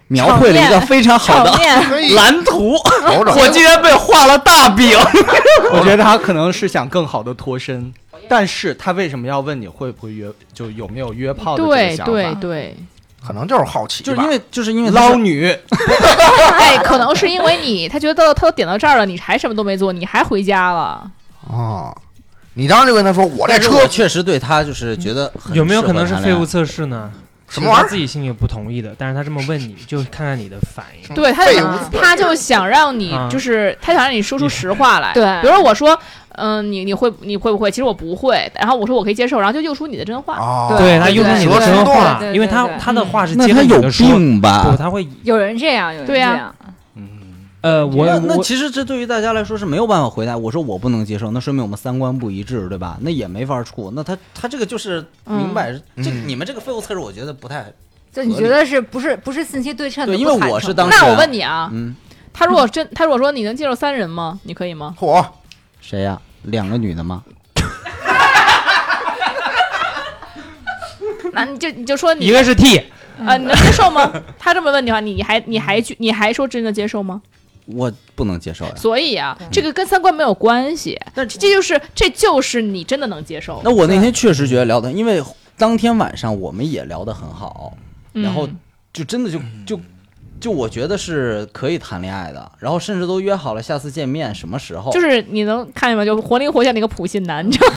描绘了一个非常好的场面 可以蓝图，瞅瞅，我竟然被画了大饼。我觉得他可能是想更好的脱身，但是他为什么要问你会不会约，就有没有约炮的这个对想法？对对，可能就是好奇吧，就是因为就是因为他捞是女，哎，可能是因为你他觉得他都点到这儿了，你还什么都没做，你还回家了。哦，你当时就跟他说我这但是车我确实对他就是觉得很有没有可能适合是谈废恋爱物测试呢？什么玩意儿是他自己心里不同意的，但是他这么问你，就看看你的反应。对，他废就物他就想让你，啊就是他想让你说出实话来。你对比如说我说，嗯、你你会你会不会？其实我不会，然后我说我可以接受，然后就又出你的真话。哦，对他对用对你的对真对话对，对因为他对嗯他的话是那接他着你有的说，病啊不，吧？他会有人这样，有人这对啊样，嗯，呃，我那那我其实这对于大家来说是没有办法回答。我说我不能接受，那说明我们三观不一致，对吧？那也没法处。那他他这个就是嗯明摆着，这嗯你们这个废物测试，我觉得不太就你觉得是不是不是信息对称的？对，因不为坦我诚是的当时那我问你啊，嗯，他如果真他 如果说你能接受三人吗？你可以吗？ 嚯，谁呀？两个女的吗？那你就你就说你一个是 T，啊、你能接受吗？他这么问你的话，你你还你还去你还说真的接受吗？我不能接受呀。所以啊，这个跟三观没有关系，但这就是这就是你真的能接受。那我那天确实觉得聊的，因为当天晚上我们也聊得很好，嗯然后就真的就就就我觉得是可以谈恋爱的，然后甚至都约好了下次见面什么时候。就是你能看见吗？就活灵活现的一个普信嗯男，你知道吗？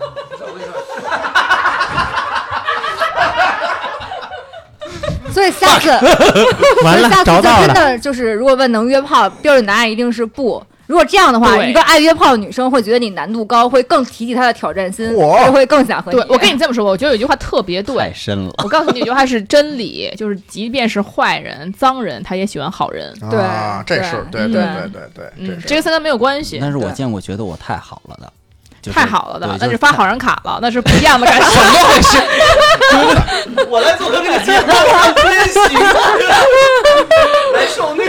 所 以下次，所以下次就真的就是，如果问能约炮，标准答案一定是不。如果这样的话，对一个爱约炮的女生会觉得你难度高，会更提起她的挑战心，嚯就会更想和你。对，我跟你这么说吧，我觉得有句话特别对，太深了，我告诉你一句话是真理，就是即便是坏人、脏人，他也喜欢好人。对啊这是对对对对嗯对对，嗯，是这个三观没有关系，但是我对见过觉得我太好了的，就是太好了的对，那就是发好人卡了，那是不一样的感受。怎么回事？我来做客这个节目，我真喜来受虐。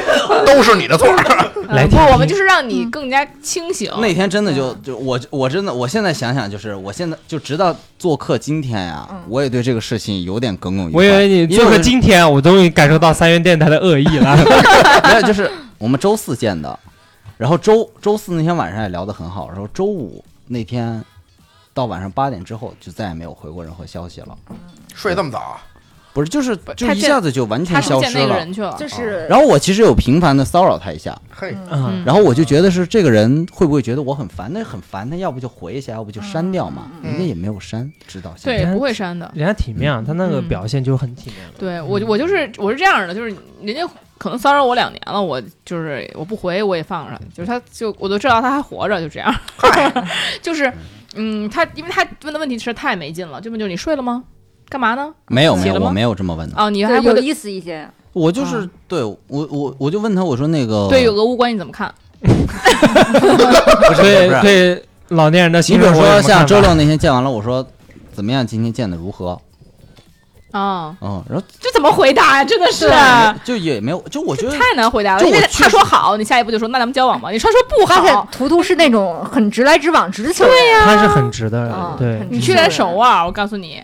都是你的错儿，嗯来不听，听我们就是让你嗯更加清醒。那天真的就嗯就我我真的我现在想想就是我现在就直到做客今天呀、嗯我也对这个事情有点耿耿于怀。我以为你因做我个是今天，我终于感受到三元电台的恶意了。 没有，就是我们周四见的，然后周周四那天晚上也聊得很好，然后周五那天到晚上八点之后就再也没有回过任何消息了， 睡这么早，啊不是，就是不就他一见下子就完他全出消见失那个了人。去了，就是然后我其实有频繁的骚扰他一下，嘿，嗯，然后我就觉得是这个人会不会觉得我很烦？那很烦，他要不就回一下，要不就删掉嘛。嗯人家也没有删，直到现在。对，不会删的。人家体面啊，他那个嗯表现就很体面了。对我，我就是我是这样的，就是人家可能骚扰我两年了，我 就是我不回我也放着，就是他就我都知道他还活着，就这样，就是嗯，他因为他问的问题实在太没劲了，就问就是你睡了吗？干嘛呢？没有起没有，了吗我没有这么问的。哦，你还对有会意思一些。我就是、啊对我我我就问他，我说那个对有俄乌关系怎么看？不是不对是，对，老年人的你心比理如我有说什么看像法周六那天见完了，我说怎么样？今天见的如何？啊，嗯，然后这怎么回答呀？真的是啊就也就也没有，就我觉这得太难回答了。就因为我他确说好，你下一步就说那咱们交往吧。你他说不发现好，图图是那种很直来直往、直球的。对呀、他是很直的啊人，对很，你去点手腕儿。我告诉你，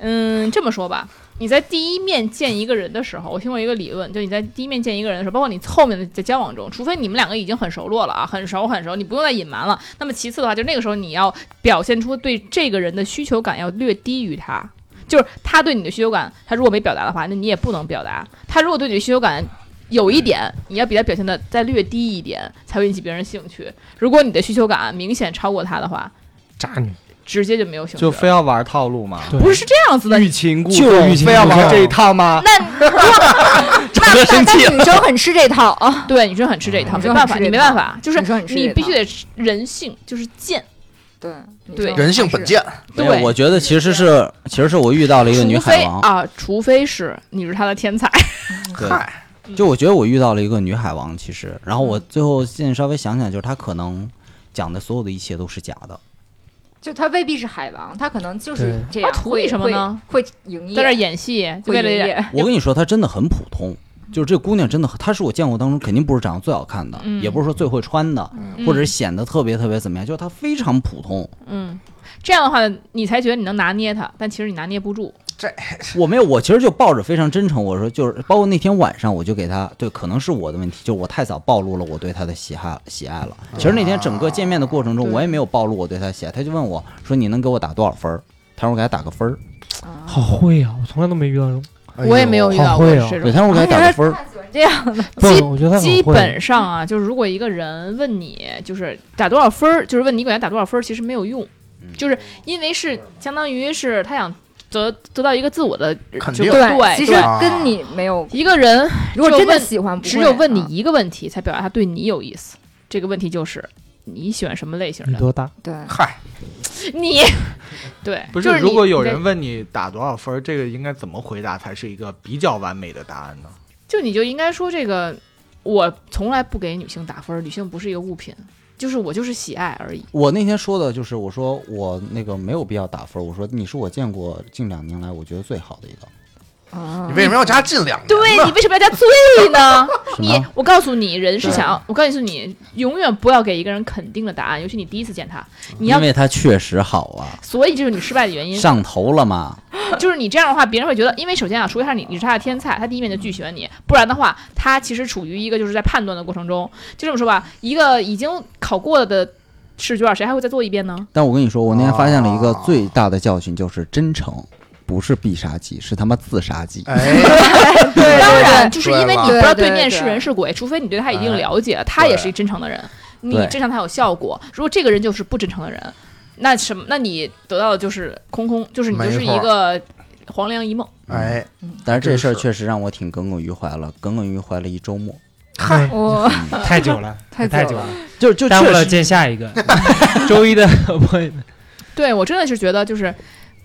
嗯，这么说吧，你在第一面见一个人的时候，我听过一个理论，就你在第一面见一个人的时候，包括你后面的在交往中，除非你们两个已经很熟络了啊，很熟很熟，你不用再隐瞒了。那么其次的话，就那个时候你要表现出对这个人的需求感要略低于他。就是他对你的需求感，他如果没表达的话，那你也不能表达。他如果对你的需求感有一点，你要比他表现的再略低一点，才会引起别人兴趣。如果你的需求感明显超过他的话，渣女，直接就没有兴趣 就了。非要玩套路嘛，对不是这样子的，欲擒故就欲纵，擒非要故玩纵啊这一 套吗？ 那那但女生很吃这套啊，对女生很吃这一套，女没生办很法，吃这你没套办法，就是女生很吃你这必须套得人性，就是贱。 对对女生人性本贱，没对，有，我觉得其实是其实是我遇到了一个女除非海王，啊，除非是你是他的天才，嗨，嗯对，就我觉得我遇到了一个女海王，其实，然后我最后现在稍微想想，就是她可能讲的所有的一切都是假的，就他未必是海王，他可能就是对这样。他图会你什么呢？会会营业，在这儿演戏，就会为营了业。我跟你说，她真的很普通，就是这姑娘真的很，她是我见过当中肯定不是长得最好看的，嗯也不是说最会穿的，嗯或者是显得特别特别怎么样，就是她非常普通。嗯，这样的话你才觉得你能拿捏他，但其实你拿捏不住。我没有，我其实就抱着非常真诚，我说就是，包括那天晚上，我就给她，对，可能是我的问题，就是我太早暴露了我对她的喜爱喜爱了。其实那天整个见面的过程中，对我也没有暴露我对她的喜爱，她就问我说你能给我打多少分儿？她说我给她打个分儿，啊好会啊，我从来都没遇到这种，哎我也没有遇好到过会哦这种。对，她说我给她打个 分儿。这样的，不，我觉得他基很会，本上啊，就是如果一个人问你就是打多少分儿，就是问你给他打多少分儿，其实没有用，就是因为是相当于是他想得得到一个自我的呃肯就定对，其实对跟你没有。一个人如果只有真的问喜欢，不会只有问你啊一个问题，才表达他对你有意思。这个问题就是你喜欢什么类型你的？多大？对， 嗨，你对，不，就是是如你果有你在人问你打多少分儿，这个应该怎么回答才是一个比较完美的答案呢？就你就应该说这个，我从来不给女性打分儿，女性不是一个物品，就是我就是喜爱而已。我那天说的就是，我说我那个没有必要打分儿，我说你是我见过近两年来我觉得最好的一个。啊你为什么要加近两嗯年呢？对你为什么要加最 呢？什你么？我告诉你，人是想要，我告诉你，永远不要给一个人肯定的答案，尤其你第一次见他，你因要，为他确实好啊，所以这就是你失败的原因。上头了嘛。 就是你这样的话，别人会觉得，因为首先啊，除非他是你，你是他的天才，他第一面就拒绝你，不然的话，他其实处于一个就是在判断的过程中。就这么说吧，一个已经考过的试卷，谁还会再做一遍呢？但我跟你说，我那天发现了一个哦最大的教训，就是真诚不是必杀技，是他妈自杀技。 哎，嗯当然，就是因为你不知道对对对面对是人是鬼，除非你对他已经哎了解了，他也是一真诚的人，你对真诚才有效果。如果这个人就是不真诚的人，那什么？那你得到的就是空空，就是你就是没错一个黄粱一梦。哎，但是这事儿真是确实让我挺耿耿于怀了，耿耿于怀了一周末。嗨，我太久了，太久太久了了，就就耽误确了实，见下 一个周一的 appointment。对我真的是觉得就是。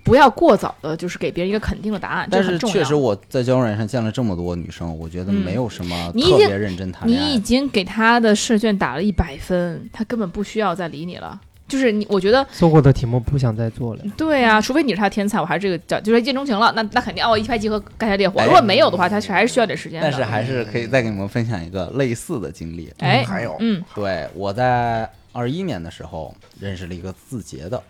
不要过早的，就是给别人一个肯定的答案，这但很是重要。嗯确实我在交友软件上见了这么多女生，我觉得没有什么你已特经别认真谈恋你爱已的。经给他的试卷打了一百分，他根本不需要再理你了。就是你，我觉得做过的题目不想再做了。对啊，除非你是他的天才，我还是这个叫就是一见钟情了，那那肯定哦，一拍即合，干柴烈火。哎如果没有的话，他是还是需要点时间的。但是还是可以再给你们分享一个类似的经历。哎，还有嗯对，我在二一年的时候认识了一个字节的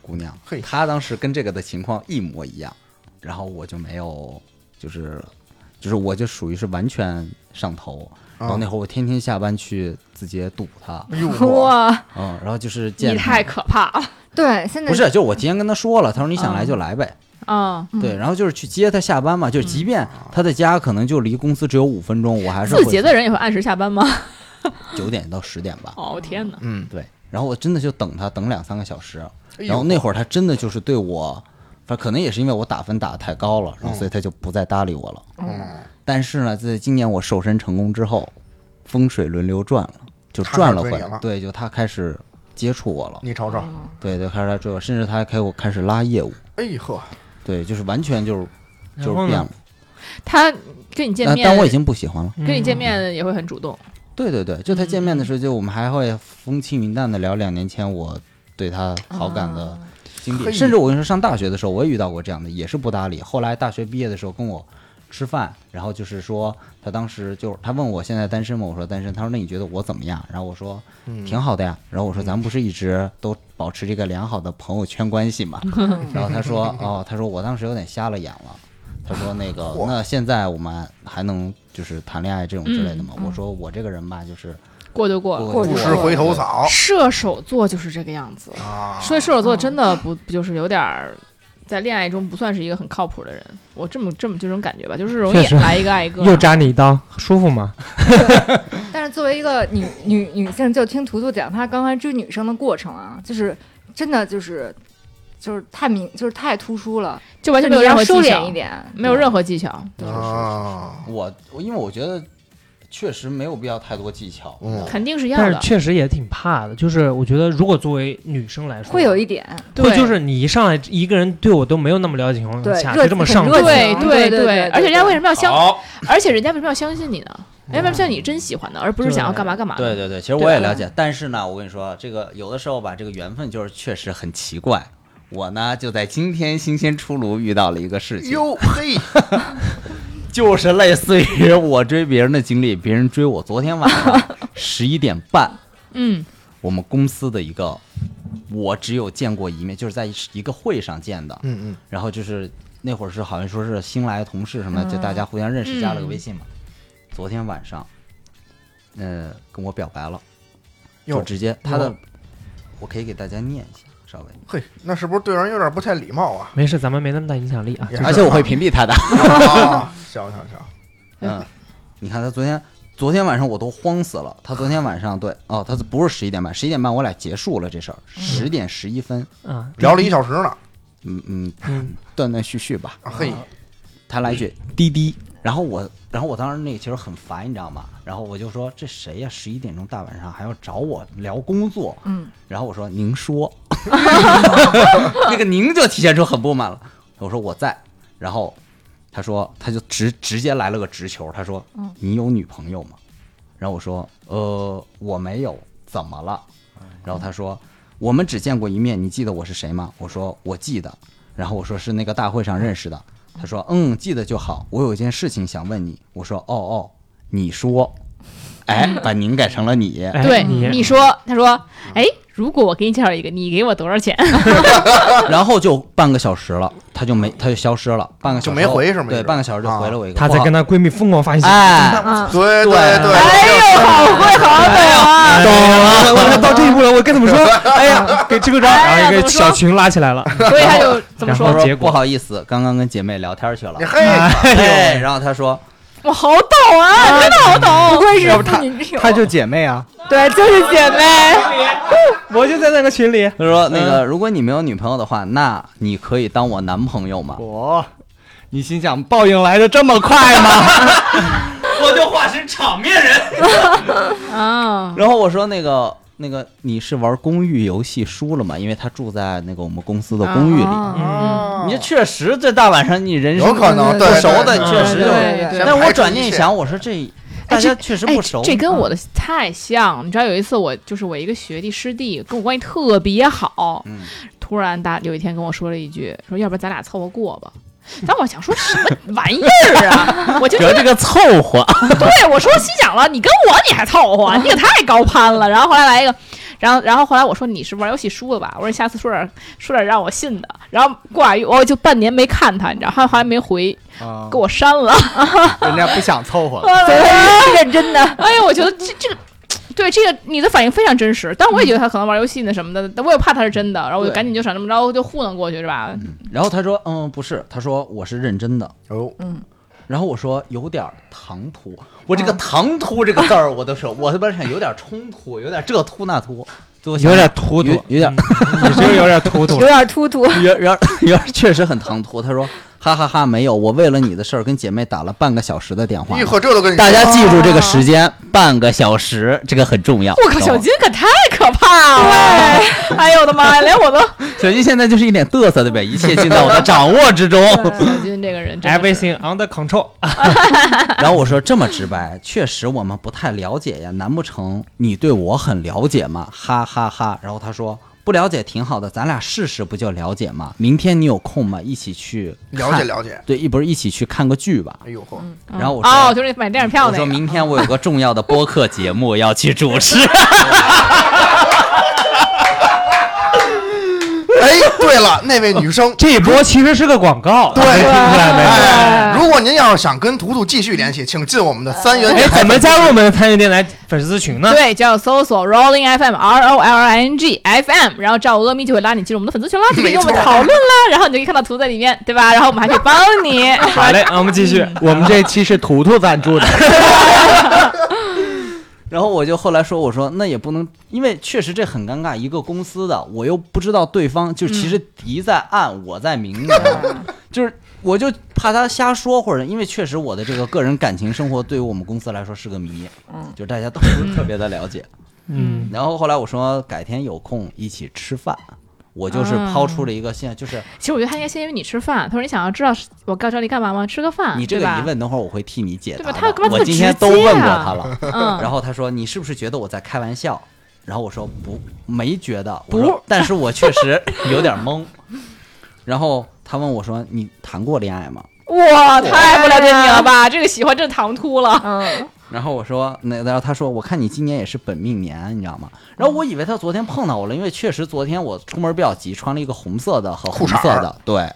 姑娘嘿，她当时跟这个的情况一模一样，然后我就没有，就是，就是我就属于是完全上头，然后那会儿我天天下班去字节度她，啊哎 呦我哇，嗯，然后就是见你她太可怕了对，现在不是，就我提前跟她说了，她说你嗯想来就来呗，啊！嗯对，然后就是去接她下班嗯嘛，就是即便她的家可能就离公司只有五分钟，我还是字节会的人也会按时下班吗？九点到十点吧， 哦天哪！嗯，对，然后我真的就等她等两三个小时，哎然后呦那会儿他真的就是对我，反正可能也是因为我打分打得太高了，然后所以他就不再搭理我了。嗯但是呢，在今年我瘦身成功之后，风水轮流转了，就他转开始了追回你来了。对，就他开始接触我了，你瞅瞅，嗯对对，开始来追我，甚至他还给我开始拉业务，哎呦呵，对，就是完全就是就是然后变呢了。他跟你见但面，但我已经不喜欢了。跟你见嗯面也会很主动。对对对，就他见面的时候，就我们还会风轻云淡的聊两年前我对他好感的啊经历，嘿甚至我跟你说，上大学的时候我也遇到过这样的，也是不搭理。后来大学毕业的时候跟我吃饭，然后就是说他当时就是他问我现在单身吗？我说单身。他说那你觉得我怎么样？然后我说嗯，挺好的呀。然后我说咱们不是一直都保持这个良好的朋友圈关系嘛？然后他说哦，他说我当时有点瞎了眼了。他说那个嚯那现在我们还能就是谈恋爱这种之类的吗？嗯嗯我说我这个人吧，就是过就过了。不不吃回头。草射手座就是这个样子，啊，所以射手座真的不不就是有点儿。在恋爱中不算是一个很靠谱的人，我这么这么这种感觉吧，就是容易确实来一个爱一个。又扎你一刀，舒服吗？但是作为一个女女女性，就听图图讲她刚才追女生的过程啊，就是真的就是就是太明，就是太突出了，就完而且全没有你任要何技收敛巧一，点。没有任何技巧。啊，我我因为我觉得确实没有必要太多技巧，嗯肯定是要但是的。确实也挺怕的，就是我觉得如果作为女生来说，会有一点，会对，就是你一上来一个人对我都没有那么了解情况对下，热就这么很上热头对对对对对，对而且人家为什么要相，好，而且人家为什么要相信你呢？人家为什么要你真喜欢呢，而不是想要干嘛干嘛呢？对对对，其实我也了解，但是呢，我跟你说，这个有的时候吧，这个缘分就是确实很奇怪。我呢就在今天新鲜出炉遇到了一个事情，哟嘿，就是类似于我追别人的经历，别人追我。昨天晚上十一点半，嗯，我们公司的一个，我只有见过一面，就是在一个会上见的，嗯嗯，然后就是那会儿是好像说是新来的同事什么的，就大家互相认识，加了个微信嘛。昨天晚上，呃，跟我表白了，就哟直接他的，我可以给大家念一下，稍微，嘿，那是不是对人有点不太礼貌啊？没事，咱们没那么大影响力啊。也是而且我会屏蔽他的。啊，行行行， 嗯，你看他昨天，昨天晚上我都慌死了。他昨天晚上对，哦，他不是十一点半，十一点半我俩结束了这事儿，十点十一分，啊，聊了一小时呢，嗯嗯，嗯，断断续续吧。啊嘿，他来一句滴滴，然后我，然后我当时那个其实很烦，你知道吗？然后我就说这谁呀、十一点钟大晚上还要找我聊工作？嗯，然后我说您说， 那个您就体现出很不满了。我说我在，然后他说他就直直接来了个直球，他说你有女朋友吗？然后我说呃我没有，怎么了？然后他说我们只见过一面，你记得我是谁吗？我说我记得。然后我说是那个大会上认识的。他说嗯记得就好，我有一件事情想问你。我说哦哦，你说，哎，把您改成了你。哎对，你你说，他说，哎，如果我给你介绍一个，你给我多少钱？然后就半个小时了，他就没，他就消失了，半个小时就没回是吗对，半个小时就回了我一个。她在跟他她闺蜜疯狂发信息，嗯哎，啊，哎对对对，懂了，我看到这一步了，我该 怎么说？哎呀，给支个招，哎呀然后怎一个么说小群拉起来了， 所以他就怎么然说后？结不果好意思，刚刚跟姐妹聊天去了你。嘿，哎，然后他说，我好懂啊，真的好不懂。愧是要不她妇女之友，她就姐妹啊，对，就是姐妹， 我就在那个群里，他说那个，如果你没有女朋友的话，那你可以当我男朋友吗？我，你心想报应来的这么快吗？我就化身场面人。啊，然后我说那个那个，你是玩公寓游戏输了吗？因为他住在那个我们公司的公寓啊里。嗯，你这确实，这大晚上你人生有可能不对熟的，对确实就对先对。但排我除转一念一切想，我说这大家确实哎不熟，，嗯这跟我的太像。你知道有一次我就是我一个学弟师弟，跟我关系特别好，嗯突然大有一天跟我说了一句，说要不然咱俩凑合过吧。但我想说什 么玩意儿啊！我就主要这个凑合，对我说心想了，你跟我你还凑合，啊你也太高攀了。然后后来来一个，然后然后后来我说你是玩游戏输了吧？我说下次说点说点让我信的。然后过俩月我就半年没看他，你知道，他还没回，啊给，我删了。人家不想凑 合了。对，认真的，哎呀，我觉得这这个。对这个你的反应非常真实，但我也觉得他可能玩游戏呢什么的，但我也怕他是真的，然后我就对赶紧就想这么着就糊弄过去是吧？ 然后他说，嗯，不是，他说我是认真的。哦，然后我说有点唐突，我这个嗯唐突这个字儿，我都说，我他妈想有点冲突，有点这突那突，最后想有点突突有，嗯有点你这个有点突突有，点突有突，点有点有点确实很唐突。他说，哈哈哈没有，我为了你的事儿跟姐妹打了半个小时的电话啊一。喝这都跟你大家记住这个时间，半个小时，这个很重要。我靠，小金可太可怕了！对，哎呦我的妈呀，连我都小金现在就是一脸嘚瑟，对不对？一切尽在我的掌握 之中。哎小金这个人真哎的是 Everything under control，，然后我说这么直白，确实我们不太了解呀，难不成你对我很了解吗？哈哈哈然后他说不了解挺好的，咱俩试试不就了解吗？明天你有空吗？一起去了解看，了解。对，一不是一起去看个剧吧？哎呦呵，嗯然后我说哦，就是买电影票我那说个。明天我有个重要的播客节目要去主持，哎，对了，那位女生这一波其实是个广告，对大家听出来没有？哎，如果您要是想跟图图继续联系，请进我们的三元哎，电台怎么加入我们的参与电台粉丝群呢？对，只要搜索 Rolling FM R O L I N G F M，然后赵阿咪就会拉你进入我们的粉丝群啦，就可以跟我们没错讨论啦，然后你就可以看到图在里面，对吧？然后我们还可以帮你。好嘞，那我们继续。 我们这期是图图赞 助的，然后我就后来说，我说那也不能，因为确实这很尴尬，一个公司的，我又不知道对方，就其实敌在暗，我在明，你知道吗？嗯就是我就怕他瞎说，或者因为确实我的这个个人感情生活对于我们公司来说是个谜，嗯，就是大家都不是特别的了解。嗯，然后后来我说改天有空一起吃饭，我就是抛出了一个现在就是其实我觉得他应该先约你吃饭，他说你想要知道是我告诉你干嘛吗？吃个饭，你这个啊对吧疑，问，等会儿我会替你解对答吧他的。干嘛这我么今天直都问接过啊他了。嗯， 然后他说：“你是不是觉得我在开玩笑？”然后我说：“不，没觉得。”不我说，但是我确实有点懵。然后他问我说：“你谈过恋爱吗哇，太不了解你了吧？这个喜欢真的唐突了。嗯，？”然后我说：“那。”然后他说：“我看你今年也是本命年，你知道吗？”然后我以为他昨天碰到我了，因为确实昨天我出门比较急，穿了一个红色的和裤红衩儿色的。对，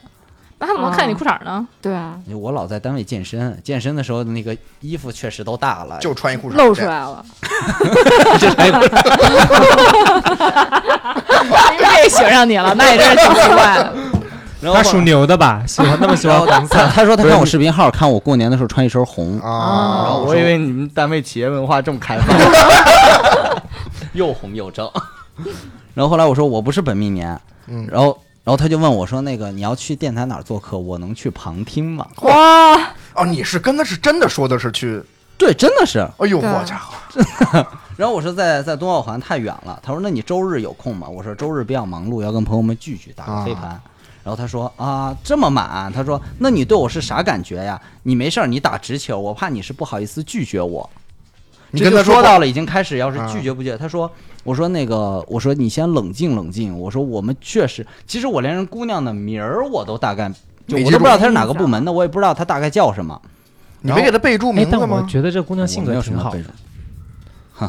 那他怎么能看见你裤衩呢？对啊，我老在单位健身，健身的时候那个衣服确实都大了，就穿一裤衩，露出来了，哦太喜欢上你 了，那也真是挺奇怪的。嗯然后他属牛的吧？喜欢那么喜然欢哦后红色他，他说他看我视频号，看我过年的时候穿一身红。啊，哦我以为你们单位企业文化这么开放。 又红又正。 然后后来我说我不是本命年，嗯然后然后他就问我说那个你要去电台哪儿做客，我能去旁听吗？哇，哦，你是跟他是真的说的是去，对，真的是。哎呦，对啊我家伙，然后我说在在东奥环太远了，他说那你周日有空吗？我说周日比较忙碌，要跟朋友们聚聚，打啊个飞盘。然后他说啊，这么满？他说那你对我是啥感觉呀？你没事儿，你打直球，我怕你是不好意思拒绝我。你这跟就他说说过到了，已经开始要是啊拒绝不拒绝，他说，我说那个，我说你先冷静冷静，我说我们确实，其实我连人姑娘的名儿我都大概就没我都记住不知道她是哪个部门的，我也不知道她大概叫什么。你没给他备注哎名，但字我吗？觉得这姑娘性我没格有什挺么好备注。哼，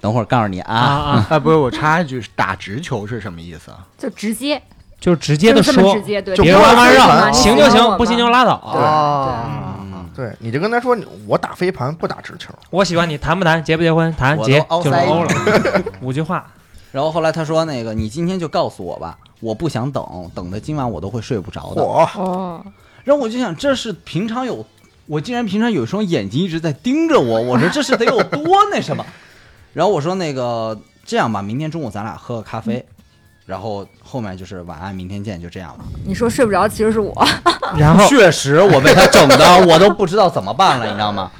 等会儿告诉你啊啊。啊，哎，不是，我插一句，打直球是什么意思啊？就直接，就直接就的是这么说直，接，对，就不别要弯弯说什绕，么行就行，不行就拉倒。啊，嗯对，你就跟他说，我打飞盘不打直球，我喜欢你，谈不谈？结不结婚？谈我都结凹就是腮欧了了。 五句话。然后后来他说那个，你今天就告诉我吧，我不想等，等的今晚我都会睡不着的。嚯，哦，然后我就想，这是平常有，我竟然平常有一双眼睛一直在盯着我，我说这是得有多那什么。然后我说那个这样吧，明天中午咱俩喝个咖啡，然后后面就是晚安，明天见，就这样了。你说睡不着，其实是我，然后确实，我被他整的，我都不知道怎么办了，你知道吗？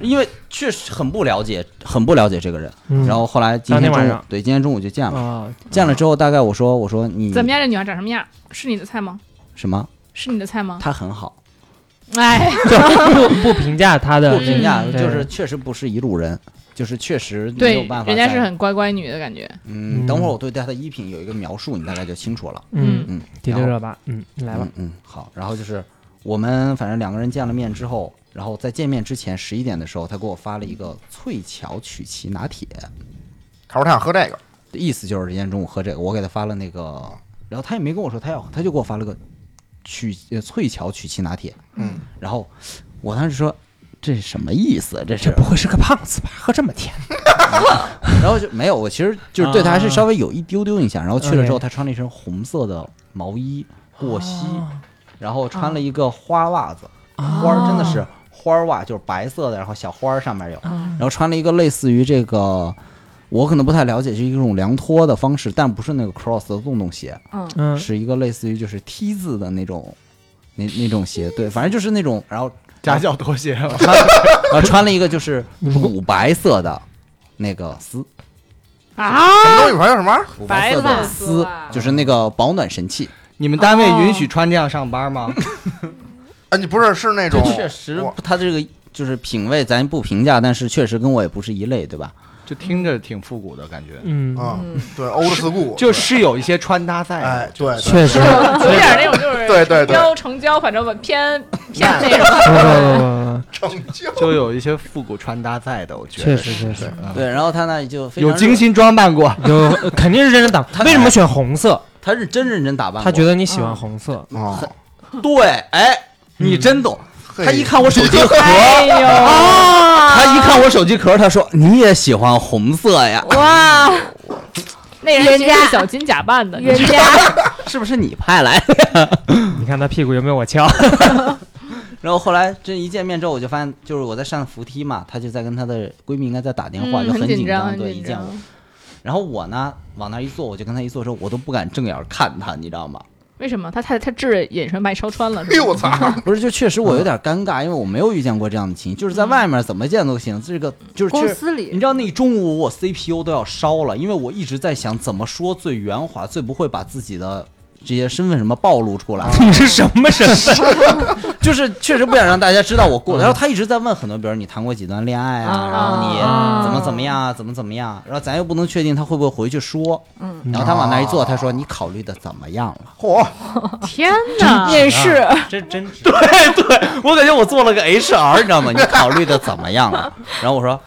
因为确实很不了解，很不了解这个人。嗯然后后来今天当天晚中午上，对，今天中午就见了，啊，见了之后大概我说我说你怎么样？这女孩长什么样？是你的菜吗？什么？是你的菜吗？他很好，哎，就不不评价他不的评价，嗯就是确实不是一路人，就是确实没有对办法，在。人家是很乖乖女的感觉。嗯，嗯等会儿我对他的衣品有一个描述，你大概就清楚了。嗯，嗯，第然后六热巴，嗯，你来吧。嗯，嗯，好。然后就是我们反正两个人见了面之后，然后在见面之前十一点的时候，他给我发了一个翠巧曲奇拿铁，他说他想喝这个，意思就是今天中午喝这个。我给他发了那个，然后他也没跟我说他要，他就给我发了个曲呃翠巧曲奇拿铁。嗯，然后我当时说这什么意思？这是不会是个胖子吧？喝这么甜， 然后就没有，我其实就是对他还是稍微有一丢丢印象。然后去了之后，他穿了一身红色的毛衣过膝，啊然后穿了一个花袜子，花儿真的是花儿袜，就是白色的，然后小花儿上面有，啊然后穿了一个类似于这个。我可能不太了解，是一种凉拖的方式，但不是那个 cross 的洞洞鞋，嗯，嗯，是一个类似于就是 T 字的那种，那那种鞋，对，反正就是那种，然后夹脚拖鞋嘛，呃，穿了一个就是你不乳白色的那个丝，啊，嗯什么东西朋友什么？乳白色的丝白色的丝啊，就是那个保暖神器。 你们单位允许穿这样上班吗？啊，你不是是那嗯种确实我，它这个就是品味咱不评价，但是确实跟我也不是一类，对吧？就听着挺复古的感觉，嗯，啊嗯，对，old school，就对是有一些穿搭在的。哎，对，对确实，有点那种就是对对对妖成交，反正偏偏那种。不不不不，成就就有一些复古穿搭在的，我 觉确得实确实嗯对，然后他那里就非常有精心装扮过。有肯定是认真打。为什么选红色？热，他是真认真打扮过，他觉得你喜欢红色，哦，对，哎，你真懂。嘿他一 看我哦手机壳，哎呦，他一看我手机壳，他说你也喜欢红色呀？哇，那人其实冤家是小金假扮的，冤你知道吗家是不是你派来？你看他屁股有没有我翘？ 然后后来这一见面之后，我就发现，就是我在上扶梯嘛，她就在跟她的闺蜜应该在打电话，嗯就很紧张，很对，一紧见张我，。然后我呢往那一坐，我就跟她一坐之后，我都不敢正眼看她，你知道吗？为什么？他太他智眼神把你烧穿了，哎是呦我吗？操！不是，就确实我有点尴尬，因为我没有遇见过这样的情形，就是在外面怎么见都行，这个就是公确实。司你里知道那一中午我 CPU 都要烧了，因为我一直在想怎么说最圆滑，最不会把自己的这些身份什么暴露出来。你是什么身份？就是确实不想让大家知道我过的。然后他一直在问很多，比如你谈过几段恋爱啊，然后你啊怎么怎么样啊，怎么怎么样，然后咱又不能确定他会不会回去说。嗯，然后他往那一坐，他说你考虑的怎么样了？嚯，天哪！面试这 啊真值 我感觉我做了个 HR，你知道吗？你考虑的怎么样了？然后我说。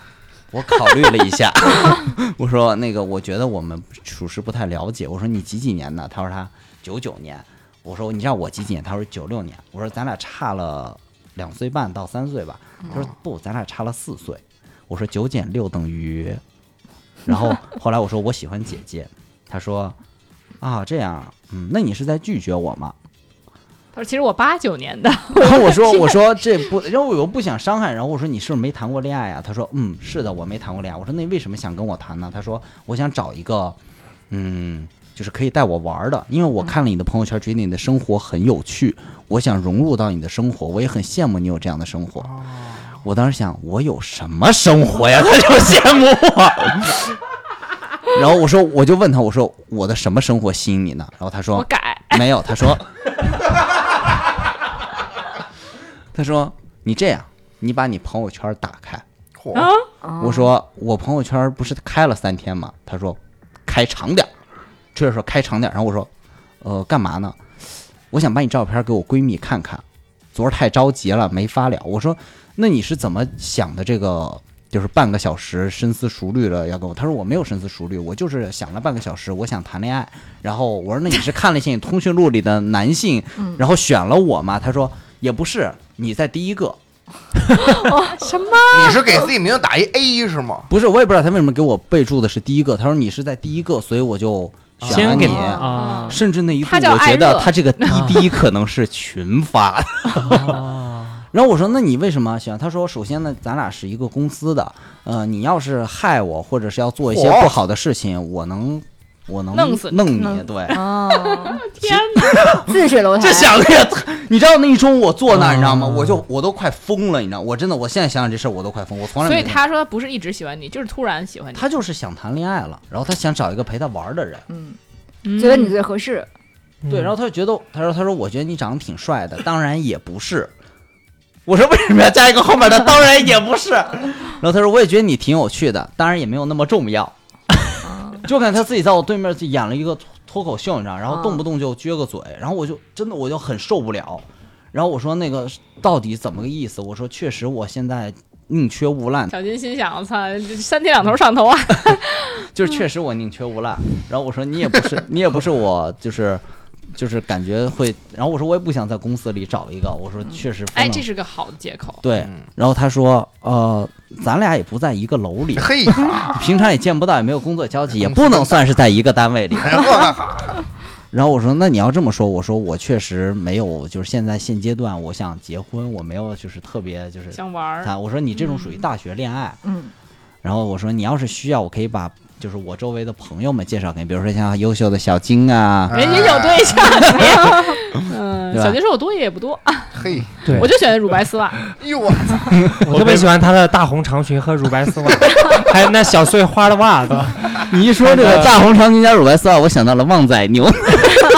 我考虑了一下， 我说那个，我觉得我们属实不太了解。我说你几几年的？他说他九九年。我说你知道我几几年？他说九六年。我说咱俩差了两岁半到三岁吧。他说不，咱俩差了四岁。我说九减六等于，然后后来我说我喜欢姐姐，他说啊这样啊，嗯，那你是在拒绝我吗？他说其实我八九年的，然后我说我说这不，因为我又不想伤害，然后我说你是不是没谈过恋爱啊？他说嗯是的，我没谈过恋爱。我说那为什么想跟我谈呢？他说我想找一个，嗯，就是可以带我玩儿的，因为我看了你的朋友圈，觉得你的生活很有趣，我想融入到你的生活，我也很羡慕你有这样的生活。我当时想，我有什么生活呀？他就羡慕我。 然后我说，我就问他，我说我的什么生活吸引你呢？然后他嗯说我改。 没有，他说，他说你这样，你把你朋友圈打开。嚯，嗯我说我朋友圈不是开了三天吗？他说开长点儿，这说开长点儿。然后我说，呃，干嘛呢？我想把你照片给我闺蜜看看，昨儿太着急了没发了。我说那你是怎么想的？这个就是半个小时深思熟虑了要跟我。他说我没有深思熟虑，我就是想了半个小时，我想谈恋爱。然后我说那你是看了一些你通讯录里的男性，然后选了我吗？他说也不是，你在第一个。你是给自己名字打一 A 是吗？不是，我也不知道他为什么给我备注的是第一个。他说你是在第一个，所以我就选了先你给。你啊甚至那一度，他叫我觉艾得热他这个滴滴可能是群 发。 啊！然后我说：“那你为什么喜欢？”他说：“首先呢，咱俩是一个公司的，呃，你要是害我，或者是要做一些嚯不好的事情，我能，我能弄死你弄你。”弄 对，啊，天哪！近水楼台，这想的也，你知道那一中午我坐那儿，你知道吗？啊我就我都快疯了，你知道，我真的，我现在想想这事儿我都快疯，我从来所没以这么他说他不是一直喜欢你，就是突然喜欢你。他就是想谈恋爱了，然后他想找一个陪他玩儿的人。嗯，嗯觉得你最合适，嗯对，然后他就觉得，他说，他说，我觉得你长得挺帅的， 当然也不是。我说为什么要加一个后面的？当然也不是。 然后他说，我也觉得你挺有趣的，当然也没有那么重要。就感觉他自己在我对面就演了一个脱脱口秀，你知道，然后动不动就撅个嘴，然后我就真的我就很受不了。然后我说那个到底怎么个意思？我说确实我现在宁缺毋滥，小金心想，我操，这三天两头上头啊！就是确实我宁缺毋滥。然后我说你也不是，你也不是我，就是就是感觉会。然后我说我也不想在公司里找一个，我说确实不能。哎，这是个好的借口。对嗯。然后他说，呃，咱俩也不在一个楼里，嘿呀， 平常也见不到，也没有工作交集，也不能算是在一个单位里。哎呀我然后我说，那你要这么说，我说我确实没有，就是现在现阶段我想结婚，我没有就是特别就是想玩儿，谈。我说你这种属于大学恋爱。嗯，然后我说你要是需要，我可以把就是我周围的朋友们介绍给你，比如说像优秀的小金啊，哎人家有对象，你嗯，对吧小金说我作业也不多，嘿，对我，就喜欢乳白啊丝袜，哎呦我操，我特别喜欢她的大红长裙和乳白丝袜，还有那小碎花的袜子。你一说这个大红长裙加乳白丝袜，我想到了旺仔牛。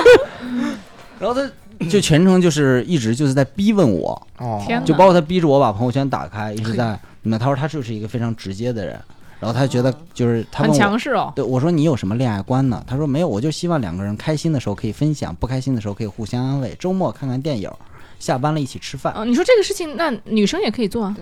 然后 他就全程就是一直就是在逼问我，哦，天哪！就包括他逼着我把朋友圈打开，一直在嗯那他说他就是一个非常直接的人，然后他觉得就是他很问我。强势哦，对，我说你有什么恋爱观呢？他说没有，我就希望两个人开心的时候可以分享，不开心的时候可以互相安慰，周末看看电影，下班了一起吃饭。啊，你说这个事情，那女生也可以做啊。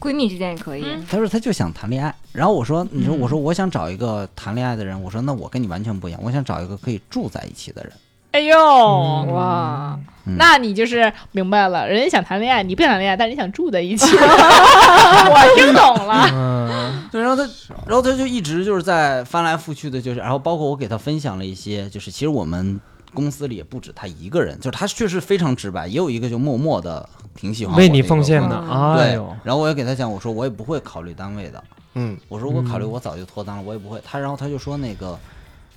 闺蜜之间也可以。嗯他说他就想谈恋爱，然后我说你说嗯我说我想找一个谈恋爱的人，我说那我跟你完全不一样，我想找一个可以住在一起的人。哎呦嗯哇！嗯那你就是明白了，人家想谈恋爱，你不想谈恋爱，但是你想住在一起。 我听懂 了，嗯，对，然后他，然后他就一直就是在翻来覆去的，就是，然后包括我给他分享了一些，就是其实我们公司里也不止他一个人，就是他确实非常直白，也有一个就默默的挺喜欢我为的一你个奉献朋的，嗯友。哎对呦，，然后我也给他讲，我说我也不会考虑单位的，嗯，我说我考虑我早就脱单了，我也不会。他然后他就说那个，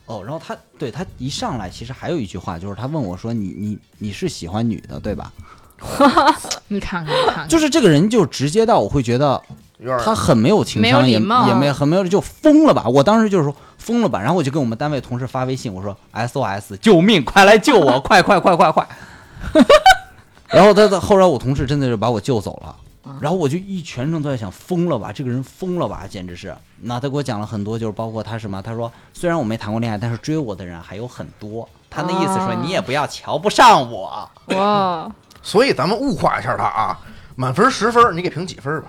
哦，然后他对他一上来其实还有一句话，就是他问我说你你你是喜欢女的对吧？你看看，你看看，就是这个人就直接到我会觉得有点他儿很没有情没有商，也礼貌也没有很没有就疯了吧！我当时就是说疯了吧，然后我就跟我们单位同事发微信，我说 SOS，救命，快来救我，快快快快快！然后他的后来我同事真的是把我救走了。啊然后我就一全程都在想，疯了吧，这个人疯了吧，简直是。那他给我讲了很多，就是包括他什么，他说虽然我没谈过恋爱，但是追我的人还有很多。他那意思说啊你也不要瞧不上我。哇，所以咱们物化一下他啊，满分十分，你给评几分吧？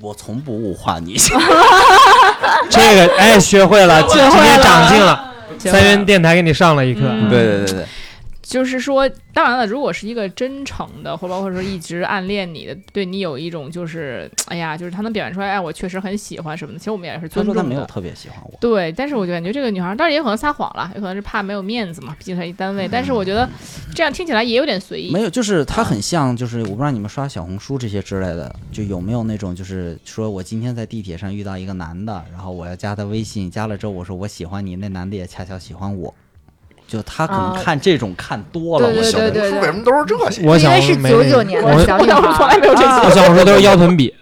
我从不物化你，这个哎，学会了，今今天长进了，行吧三元电台给你上了一课。嗯对对对对，就是说，当然了，如果是一个真诚的，或包括说一直暗恋你的，对你有一种就是，哎呀，就是他能表现出来，哎，我确实很喜欢什么的。其实我们也是他尊说重他的。没有特别喜欢我。对，但是我感觉这个女孩儿，当然也有可能撒谎了，有可能是怕没有面子嘛，毕竟她一单位。但是我觉得这样听起来也有点随意嗯没。有，就是它很像，就是我不知道你们刷小红书这些之类的，就有没有那种，就是说我今天在地铁上遇到一个男的，然后我要加他微信，加了之后我说我喜欢你，那男的也恰巧喜欢我，就他可能啊看这种看多了，对我对晓得对为什么都是这些？啊我因想为我是没九九年我的小我女小红书从来孩，没有这些，我小红书都是腰臀比，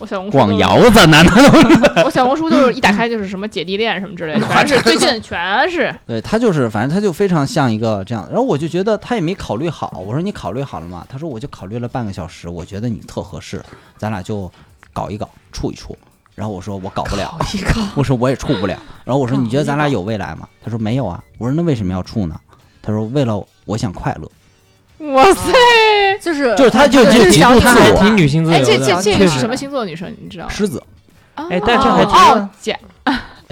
我小红书广都是窑子男的， 我小红书就是一打开就是什么姐弟恋什么之 类的，全是最近全是。对他就是，反正他就非常像一个这样，然后我就觉得他也没考虑好，我说你考虑好了吗？他说我就考虑了半个小时，我觉得你特合适，咱俩就搞一搞，处一处。然后我说我搞不了，一个我说我也处 不了。然后我说搞你觉得咱俩一搞有未来吗？他说没有啊。我说那为什么要处呢？他说为了我想快乐。 哇塞！就是就是她就呃对就这极小度女自她孩还我挺女性自哎，由这这的，这确是什实么星座女生？你知道吗？狮子，哎但 Oh. 这还哦挺哦，姐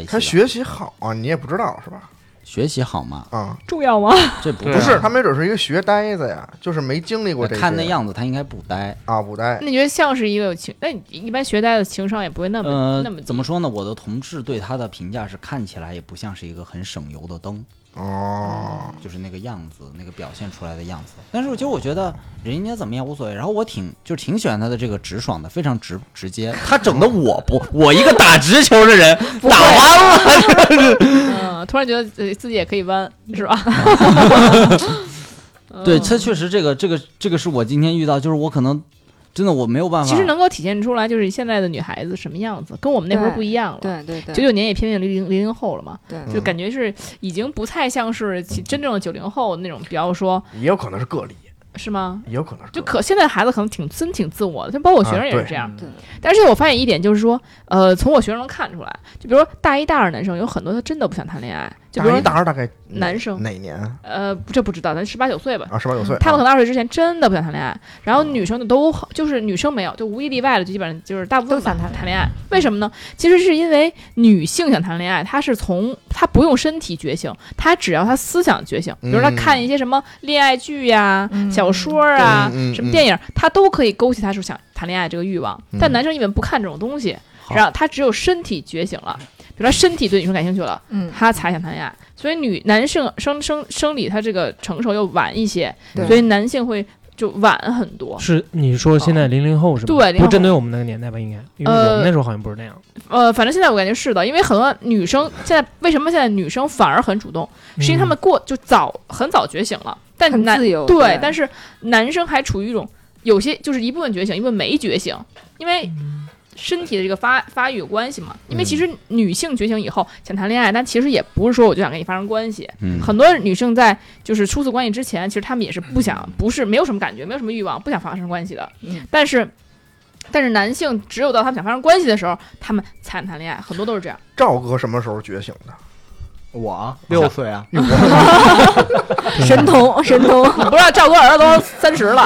他学学习好啊，你也不知道是吧？学习好吗？啊， 重要吗？这不对不啊是，他没准是一个学呆子呀，就是没经历过这些。看那样子，他应该不呆。啊，不呆 那。你觉得像是一个有情？那你一般学呆的情商也不会那么呃那么，低怎么说呢？我的同事对他的评价是，看起来也不像是一个很省油的灯，哦，就是那个样子，那个表现出来的样子。但是其实我觉得人家怎么样无所谓。然后我挺就挺喜欢他的这个直爽的，非常直直接。他整的我不，我一个打直球的人打完了。嗯，突然觉得呃自己也可以弯，是吧？对，嗯他确实这个这个这个是我今天遇到，就是我可能真的我没有嗯办法。其实能够体现出来，就是现在的女孩子什么样子，跟我们那会儿对不一样了。对对对九九年也偏偏零零零零后了嘛，对嗯就感觉是已经不太像是其真正的九零后那种，比较说也有可能是个例，是吗？也有可能是就个可现在孩子可能挺真挺自我的，就包括我学啊生也是对这嗯样。对但是我发现一点就是说，呃，从我学生能看出来，就比如说大一大二男生有很多他真的不想谈恋爱，例。就比如说大一大二大概男生嗯哪年啊？呃，这不知道，咱十八九岁吧。十八九岁。他们可啊能二十岁之前真的不想谈恋爱，然后女生的都就是女生没有，就无一例外的，就基本上就是大部分都想谈谈恋爱。为什么呢？其实是因为女性想谈恋爱，她是从她不用身体觉醒，她只要她思想觉醒。比如她嗯看一些什么恋爱剧呀、嗯小说啊、嗯嗯什么电影，她都可以勾起她说想谈恋爱这个欲望。但男生一般不看这种东西，然后他只有身体觉醒了，比如他身体对女生感兴趣了。嗯，他才想谈恋爱。所以女男性生生生理他这个成熟要晚一些，对所以男性会就晚很多。是你说现在零零后是吧？对00不后针对我们那个年代吧，应该，因为我们那时候好像不是那样，呃，反正现在我感觉是的，因为很多女生现在为什么现在女生反而很主动，是因为她们过就早很早觉醒了，但很男自由。对，但是男生还处于一种有些就是一部分觉醒，一部分没觉醒，因嗯为身体的这个发发育有关系嘛。因为其实女性觉醒以后想谈恋爱，但其实也不是说我就想跟你发生关系。嗯，很多女生在就是初次关系之前，其实她们也是不嗯想，不是没有什么感觉，没有什么欲望，不想发生关系的。嗯但是，但是男性只有到他们想发生关系的时候，他们才谈恋爱，很多都是这样。赵哥什么时候觉醒的？我啊六岁啊，嗯神童，神童，你不知道赵哥儿子都三十 了，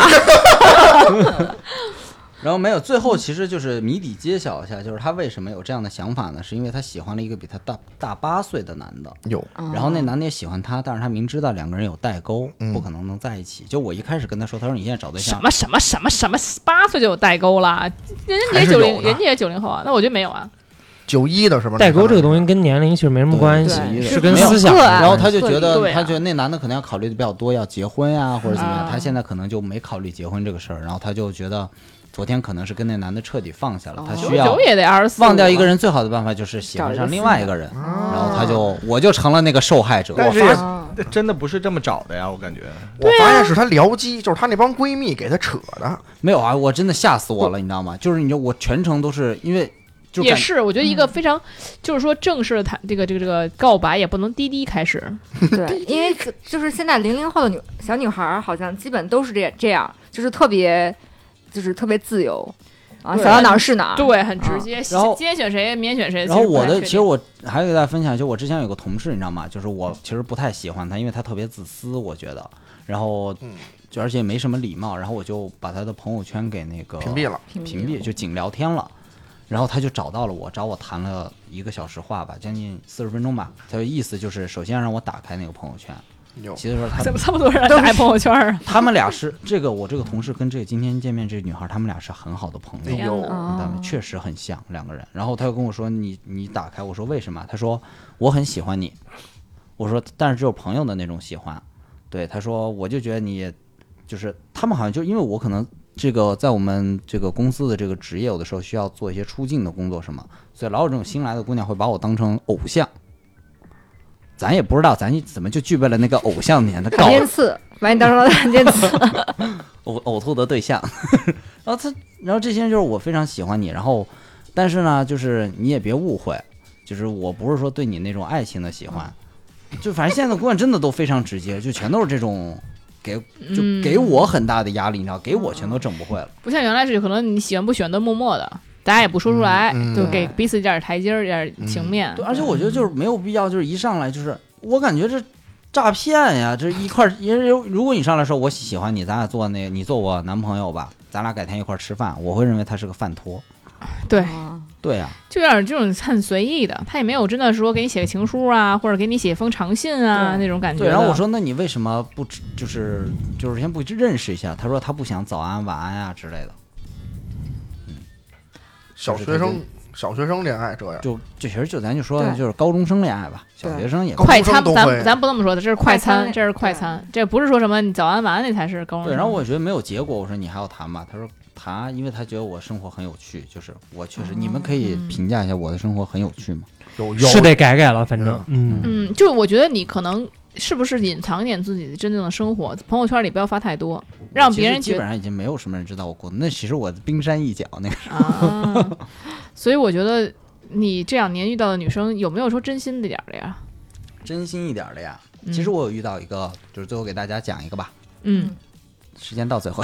然后没有，最后其实就是谜底揭晓一下，就是他为什么有这样的想法呢？是因为他喜欢了一个比他大大八岁的男哦的，有，嗯然后那男的也喜欢她，但是他明知道两个人有代沟，嗯不可能能在一起。就我一开始跟他说，他说你现在找对什象，么什么什么什么，八岁就有代沟了，人家还也是九有零，的人家也九零后啊，那我觉得没有啊。九一的是吧？代沟这个东西跟年龄其实没什么关系对，对是跟没有思想有个关系。案然后他就觉对得对啊他觉得那男的可能要考虑的比较多，要结婚呀、或者怎么样。啊他现在可能就没考虑结婚这个事儿，然后他就觉得昨天可能是跟那男的彻底放下了，他哦九需要九也得二十四，忘掉一个人最好的办法就是喜欢找一上个另新外的一个人，啊然后他就我就成了那个受害者。但是我发也啊这 真的不是这么找的呀，我感觉。我发现是她僚机，就是她那帮闺蜜给她扯的。没有啊，我真的吓死我了，你知道吗？就是你知道我全程都是因为就也感嗯是，我觉得一个非常就是说正式的谈这个这个这个告白也不能滴滴开始，对，因为可就是现在零零后的女小女孩儿，好像基本都是这这样，就是特别，就是特别自由啊，对嗯想到哪儿是哪儿。对，很直接。啊然后今天选谁，明天选谁。然后我的其其实实不太确定我还有给大家分享，就我之前有个同事，你知道吗？就是我其实不太喜欢他，因为他特别自私，我觉得，然后嗯就而且没什么礼貌，然后我就把他的朋友圈给那个屏蔽，了，屏蔽就仅聊天了。然后他就找到了我，找我谈了一个小时话吧，将近四十分钟吧。他的意思就是，首先让我打开那个朋友哦圈，有其实 说 他怎么这么多人打开朋友圈啊？他们俩是这个我这个同事跟这个今天见面这个女孩，他们俩是很好的朋友。天有哪你知道吗啊？确实很像两个人。然后他又跟我说：“你你打开。”我说：“为什么？”他说：“我很喜欢你。”我说：“但是只有朋友的那种喜欢。”对，他说：“我就觉得你，就是他们好像就因为我可能这个在我们这个公司的这个职业，有的时候需要做一些出镜的工作什么，所以老有这种新来的姑娘会把我当成偶像。”咱也不知道，咱怎么就具备了那个偶像脸的卡高尖刺，把你当成了卡尖刺。呕呕吐的对象， 然后他，然后这些人就是我非常喜欢你，然后，但是呢，就是你也别误会，就是我不是说对你那种爱情的喜欢，就反正现在的姑娘真的都非常直接，就全都是这种给 就嗯给我很大的压力，你知道，给我全都整不会了。不像原来是可能你喜欢不喜欢都默默的，大家也不说出来，嗯嗯就给彼此一点台阶儿，一嗯点情面。对，而且我觉得就是没有必要，就是一上来就是我感觉这诈骗呀，这一块儿，因为如果你上来说我喜欢你，咱俩做那，你做我男朋友吧，咱俩改天一块儿吃饭，我会认为他是个饭托。对， 啊对呀、就有点这种很随意的，他也没有真的说给你写个情书啊，或者给你写封长信啊对那种感觉对，的。然后我说，那你为什么不知就是就是先不认识一下？他说他不想早安晚安啊之类的，小学生，小学生恋爱这样，就就其实就咱就说对就是高中生恋爱吧，小对学生也高快中餐生，都咱会咱不这么说的，这是快快餐，餐这是快餐，这不是说什么你早安晚安那才是高中对。生。然后我觉得没有结果，我说你还要谈吗？他说谈啊，因为他觉得我生活很有趣，就是我确实，你们可以嗯评价一下我的生活很有趣吗？有有是得改改了，反正嗯，嗯，就我觉得你可能是不是隐藏一点自己的真正的生活，朋友圈里不要发太多，嗯让其实别人基觉得本上已经没有什么人知道我过，那其实我冰山一角那个。 啊。所以我觉得你这两年遇到的女生有没有说真心的点儿的呀？真心一点儿的呀，嗯其实我有遇到一个，就是最后给大家讲一个吧，嗯时间到最后。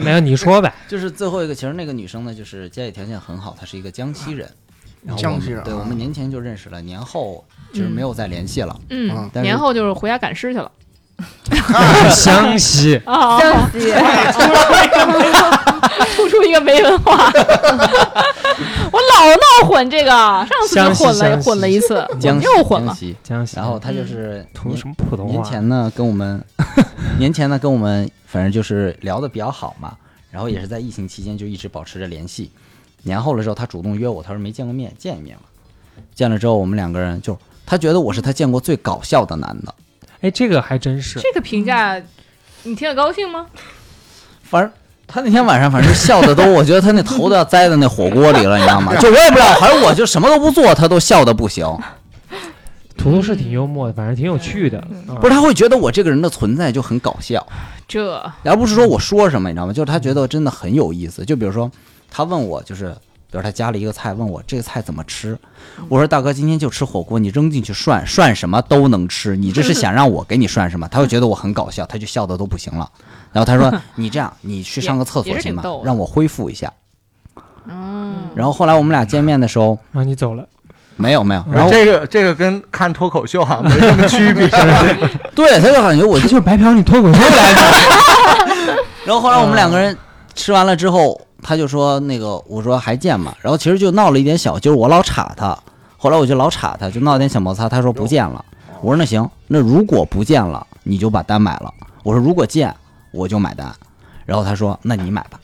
没有你说呗，就是最后一个，其实那个女生呢，就是家里条件很好，她是一个江西人。然后我们江西人对啊我们年前就认识了，年后就是没有再联系了。嗯啊，但是年后就是回家赶尸去了湘西啊相机，突出一个没文化， 我老闹混这个，上次就相信混了相信混了一次，嗯江西又混了江。西江西，然后她就是吐年什么普通年话？前呢跟我们， 年前呢跟我们，反正就是聊的比较好嘛。然后也是在疫情期间就一直保持着联系。年后了之后，她主动约我，她说没见过面，见一面吧。见了之后，我们两个人就，她觉得我是她见过最搞笑的男的。哎，这个还真是，这个评价，你听着高兴吗？反正他那天晚上，反正笑的都，我觉得他那头都要栽到那 火锅里了，你知道吗？就我也不知道，反正我就什么都不做，他都笑的不行。图图是挺幽默的，反正挺有趣的。嗯啊不是，他会觉得我这个人的存在就很搞笑，这而不是说我说什么，你知道吗？就是他觉得真的很有意思。就比如说，他问我，就是比如他加了一个菜，问我这个菜怎么吃，我说大哥，今天就吃火锅，你扔进去涮涮什么都能吃，你这是想让我给你涮什么？他会觉得我很搞笑，他就笑的都不行了。然后他 说：“你这样，你去上个厕也所是行挺吗逗？的让我恢复一下。”嗯，然后后来我们俩见面的时候，啊然后你走了，没有没有，然后这个这个跟看脱口 秀好像没什么区别。对他就感觉我 就就是白嫖你脱口秀来着。然后后来我们两个人吃完了之后，他就说那个，我说还见嘛。然后其实就闹了一点小，就是我老插他，后来我就老插他，就闹了点小摩擦。他说不见了，我说那行，那如果不见了，你就把单买了。我说如果见，我就买单。然后他说那你买吧，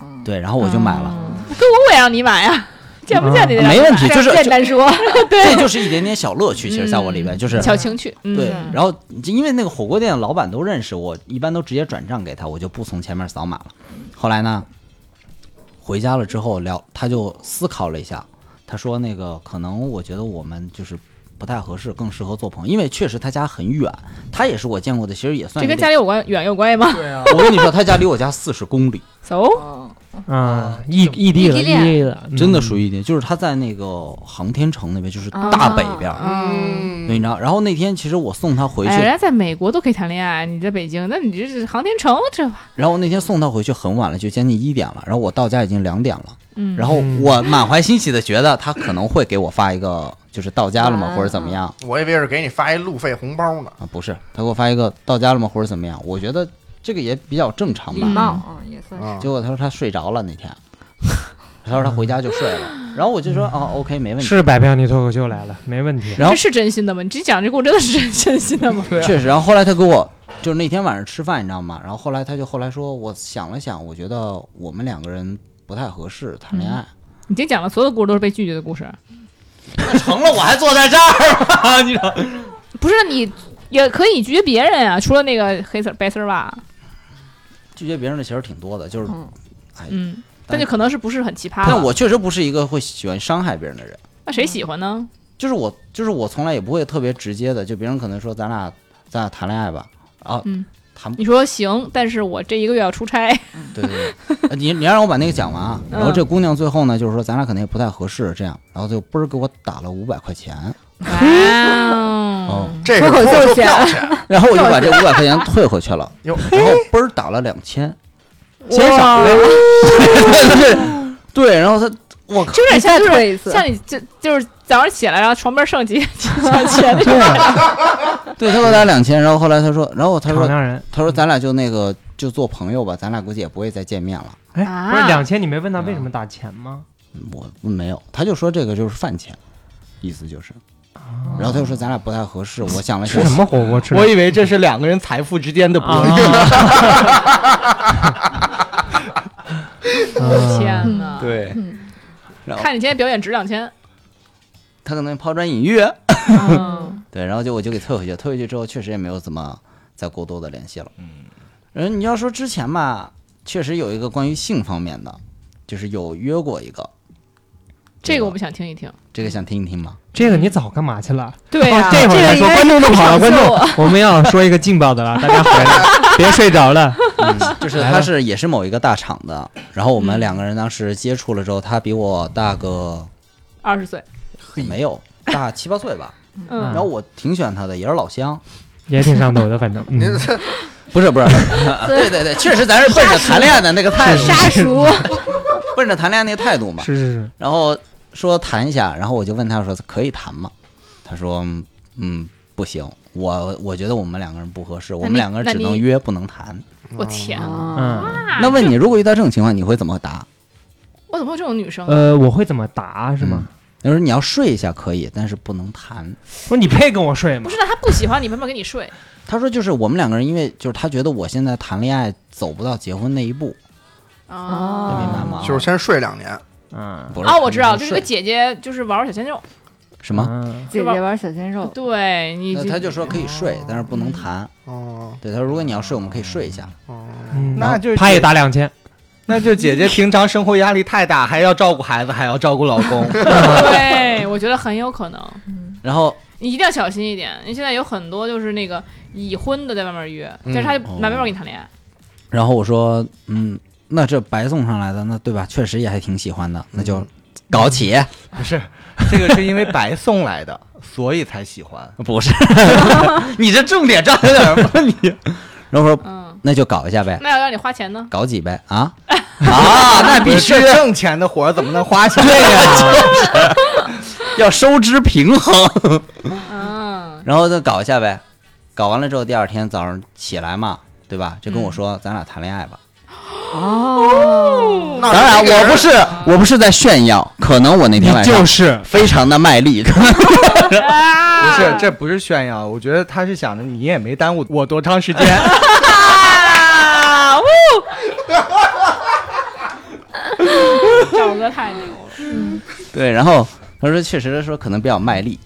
嗯，对，然后我就买了。跟我我也让你买呀，见不见你得啊让你嗯啊没买问题，就是这样简单说，这就是一点点小乐趣。其实在我里边就是小情趣，嗯对，然后就因为那个火锅店的老板都认识我，一般都直接转账给他，我就不从前面扫码了。后来呢，回家了之后聊，他就思考了一下，他说那个可能我觉得我们就是不太合适，更适合做朋友，因为确实他家很远，他也是我见过的，其实也这算有跟家点。嗯里有关远有关系吗对啊，我跟 你说，他家离我家四十公里， ？So，嗯啊，异异地了，异异地恋地了，嗯真的属于于一点，就是他在那个航天城那边，就是大北边儿，啊嗯，对你知道。然后那天其实我送他回去，哎，人家在美国都可以谈恋爱，你在北京，那你这是航天城这，然后那天送他回去很晚了，就将近一点了，然后我到家已经两点了。嗯，然后嗯我满怀欣喜的觉得他可能会给我发一个，就是到家了晚吗，安或者怎么样我以为是给你发一路费红包呢。啊？不是，他给我发一个到家了吗，或者怎么样？我觉得这个也比较正常礼吧。貌，嗯，也算是。啊，结果他说他睡着了那天， 他说他回家就睡了，然后我就说哦，OK，没问题。是白嫖你脱口秀来了，没问题。然后这是真心的吗？你这讲这给我真的是真真心的吗？ 啊确实，然后后来他给我就是那天晚上吃饭，你知道吗？然后后来他就后来说，我想了想，我觉得我们两个人不太合适谈恋爱。你今天讲的所有的故事都是被拒绝的故事，那 成了，我还坐在这儿吗？ 你知道？不是你也可以拒绝别人啊，除了那个黑丝儿白丝儿袜，拒绝别人的其实挺多的，就是嗯哎，嗯，但但就可能是不是很奇葩吧。但我确实不是一个会喜欢伤害别人的人，那谁喜欢呢？就是我，就是我从来也不会特别直接的，就别人可能说咱俩咱俩谈恋爱吧，啊，嗯谈不你说行，但是我这一个月要出 差，对对对，呃你你让我把那个讲完嗯啊，然后这姑娘最后呢就是说咱俩可能也不太合适这样，然后就嘣儿给我打了五百块钱，哇哦，这是脱口秀票钱，然后我就把这五百块钱退回 去了，哟然后嘣儿打了两千，减 少了对，然后他我靠，这有点像再就是退一哦次，像你这就是早上起来，然后床边剩几几角钱那种。对他给我打两千，然后后来他说，然后他敞说亮人。他说咱俩就那个就做朋友吧，咱俩估计也不会再见面了。哎，啊不是两千，你没问他为啊什么打钱吗？我没有，他就说这个就是饭钱，意思就是，然后他就说咱俩不太合适，我想了吃想什，么火锅吃的？我以为这是两个人财富之间 的博弈。啊！嗯啊天哪！对，然后看你今天表演值两 千，他可能抛砖引玉，嗯，对，然后就我就给退回去，退回去之后确实也没有怎么再过多的联系了。嗯，然后你要说之前吧，确实有一个关于性方面的，就是有约过一个，这个我们想听一哦听。这个想听一听吗？这个你早干嘛去了？对啊呀、哦这会儿再说，观众弄好了，观众，我们要说一个劲爆的 了，大家回来，别睡着了。就是来他吧是也是某一个大厂的，然后我们两个人当时接触了之后，他比我大个二十岁，没有大七八岁吧，嗯然后我挺喜欢他的，也是老乡。也挺上头的，反正。嗯您这不是不是， 对对对，确实咱是奔着谈恋爱的那个态度，杀熟， 奔着谈恋爱那个态度嘛。是是是，然后说谈一下，然后我就问他说可以谈吗？他说嗯不行，我我觉得我们两个人不合适，我们你两个人只那能你约不能谈。我天啊！嗯，那问你，如果遇到这种情况，你会怎么答？我怎么会有这种女生？呃，我会怎么答是吗？他嗯说你要睡一下可以，但是不能谈。我说你配跟我睡不吗是，？那她不喜欢你，为什么跟你睡？他说就是我们两个人，因为就是他觉得我现在谈恋爱走不到结婚那一步，哦你明白吗？就是先睡两年，嗯，不是啊，我知道，不就是是个姐姐，就是玩玩小鲜肉。什么？嗯姐姐玩小鲜肉，对你哦那，他就说可以睡，但是不能谈。哦对，他说如果你要睡，我们可以睡一下。哦，嗯那就是他也打两千，那就姐姐平常生活压力太 大，还要照顾孩子，还要照顾老公。对，我觉得很有可能。然后你一定要小心一点。因为现在有很多就是那个已婚的在外面约，但是他就哦没办法跟你谈恋爱。然后我说，嗯，那这白送上来的，那对吧？确实也还挺喜欢的，那就搞起，不是，这个是因为白送来的，所以才喜欢。不是？你这重点抓有点儿 吧你？然后我说嗯，那就搞一下呗，那要让你花钱呢？搞几呗啊啊，那必须不是这挣钱的活儿怎么能花钱？对呀、要收支平衡。 嗯，然后再搞一下呗。搞完了之后，第二天早上起来嘛，对吧？就跟我说、咱俩谈恋爱吧。哦，那当然，啊这个我人不是我不是在炫耀，可能我那你天晚上 就是非常的卖力，可能不是，啊这不是炫耀，我觉得他是想着你也没耽误我多长时间。啊，呜！ 赵哥太牛了，对。然后他说，确实说可能比较卖力，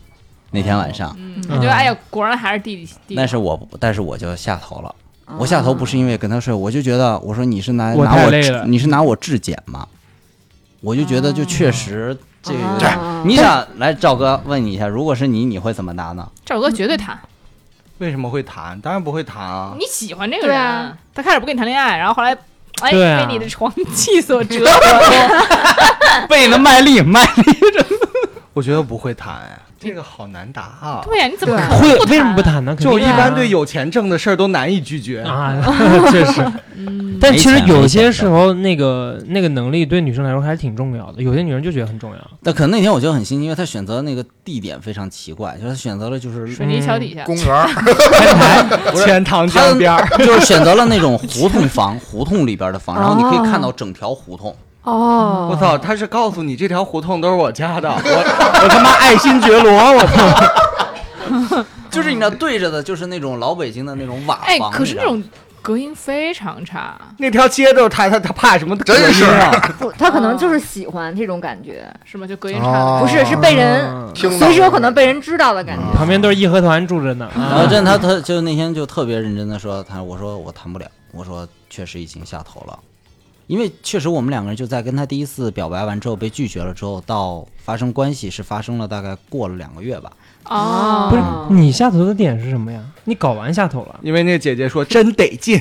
那天晚上。嗯，我觉得哎呀，果然还是弟弟弟但弟。是我不但是我就下头了。哦哦我下头不是因为跟他睡，我就觉得我说你是拿我拿太我累质了你是拿我质检吗？我就觉得就确实这个有点哦啊你想来赵哥问你一下，如果是你，你会怎么拿呢？赵哥绝对谈，为什么会谈？当然不会谈啊。你喜欢这个对人，啊他开始不跟你谈恋爱，然后后来。哎，对啊被你的床气所 折服。啊为了卖力卖力，我觉得不会谈，哎，这个好难答啊。哎对呀，你怎么对可能会不为什么不谈？嗯谈呢？肯定就一啊般对有钱挣的事儿都难以拒绝。啊， 确实。嗯但其实没钱有没些钱时候，那个那个能力对女生来说还是挺重要的。有些女人就觉得很重要。但可能那天我就很心惊，因为他选择那个地点非常奇怪，就是他选择了就是水泥桥底下，嗯公园儿，钱塘江边儿， 就是选择了那种胡同房，胡同里边的哦房，然后你可以看到整条胡同。哦，我操！他是告诉你这条胡同都是我家的，我我他妈爱新觉罗，我操！就是你知道对着的，就是那种老北京的那种瓦房。哎，可是你那知道吗种隔音非常差，那条街都是他，他他怕什么隔音啊？真是不他可能就是喜欢这种感觉，是吗？就隔音差哦不是是被人嗯听到随时有可能被人知道的感觉。旁边都是义和团住着呢。然后啊，真的他他就那天就特别认真的说，他我说我谈不了，我说确实已经下头了，因为确实我们两个人就在跟他第一次表白完之后被拒绝了之后，到发生关系是发生了大概过了两个月吧。哦，不是哦你下头的点是什么呀？你搞完下头了，因为那姐姐说真得劲，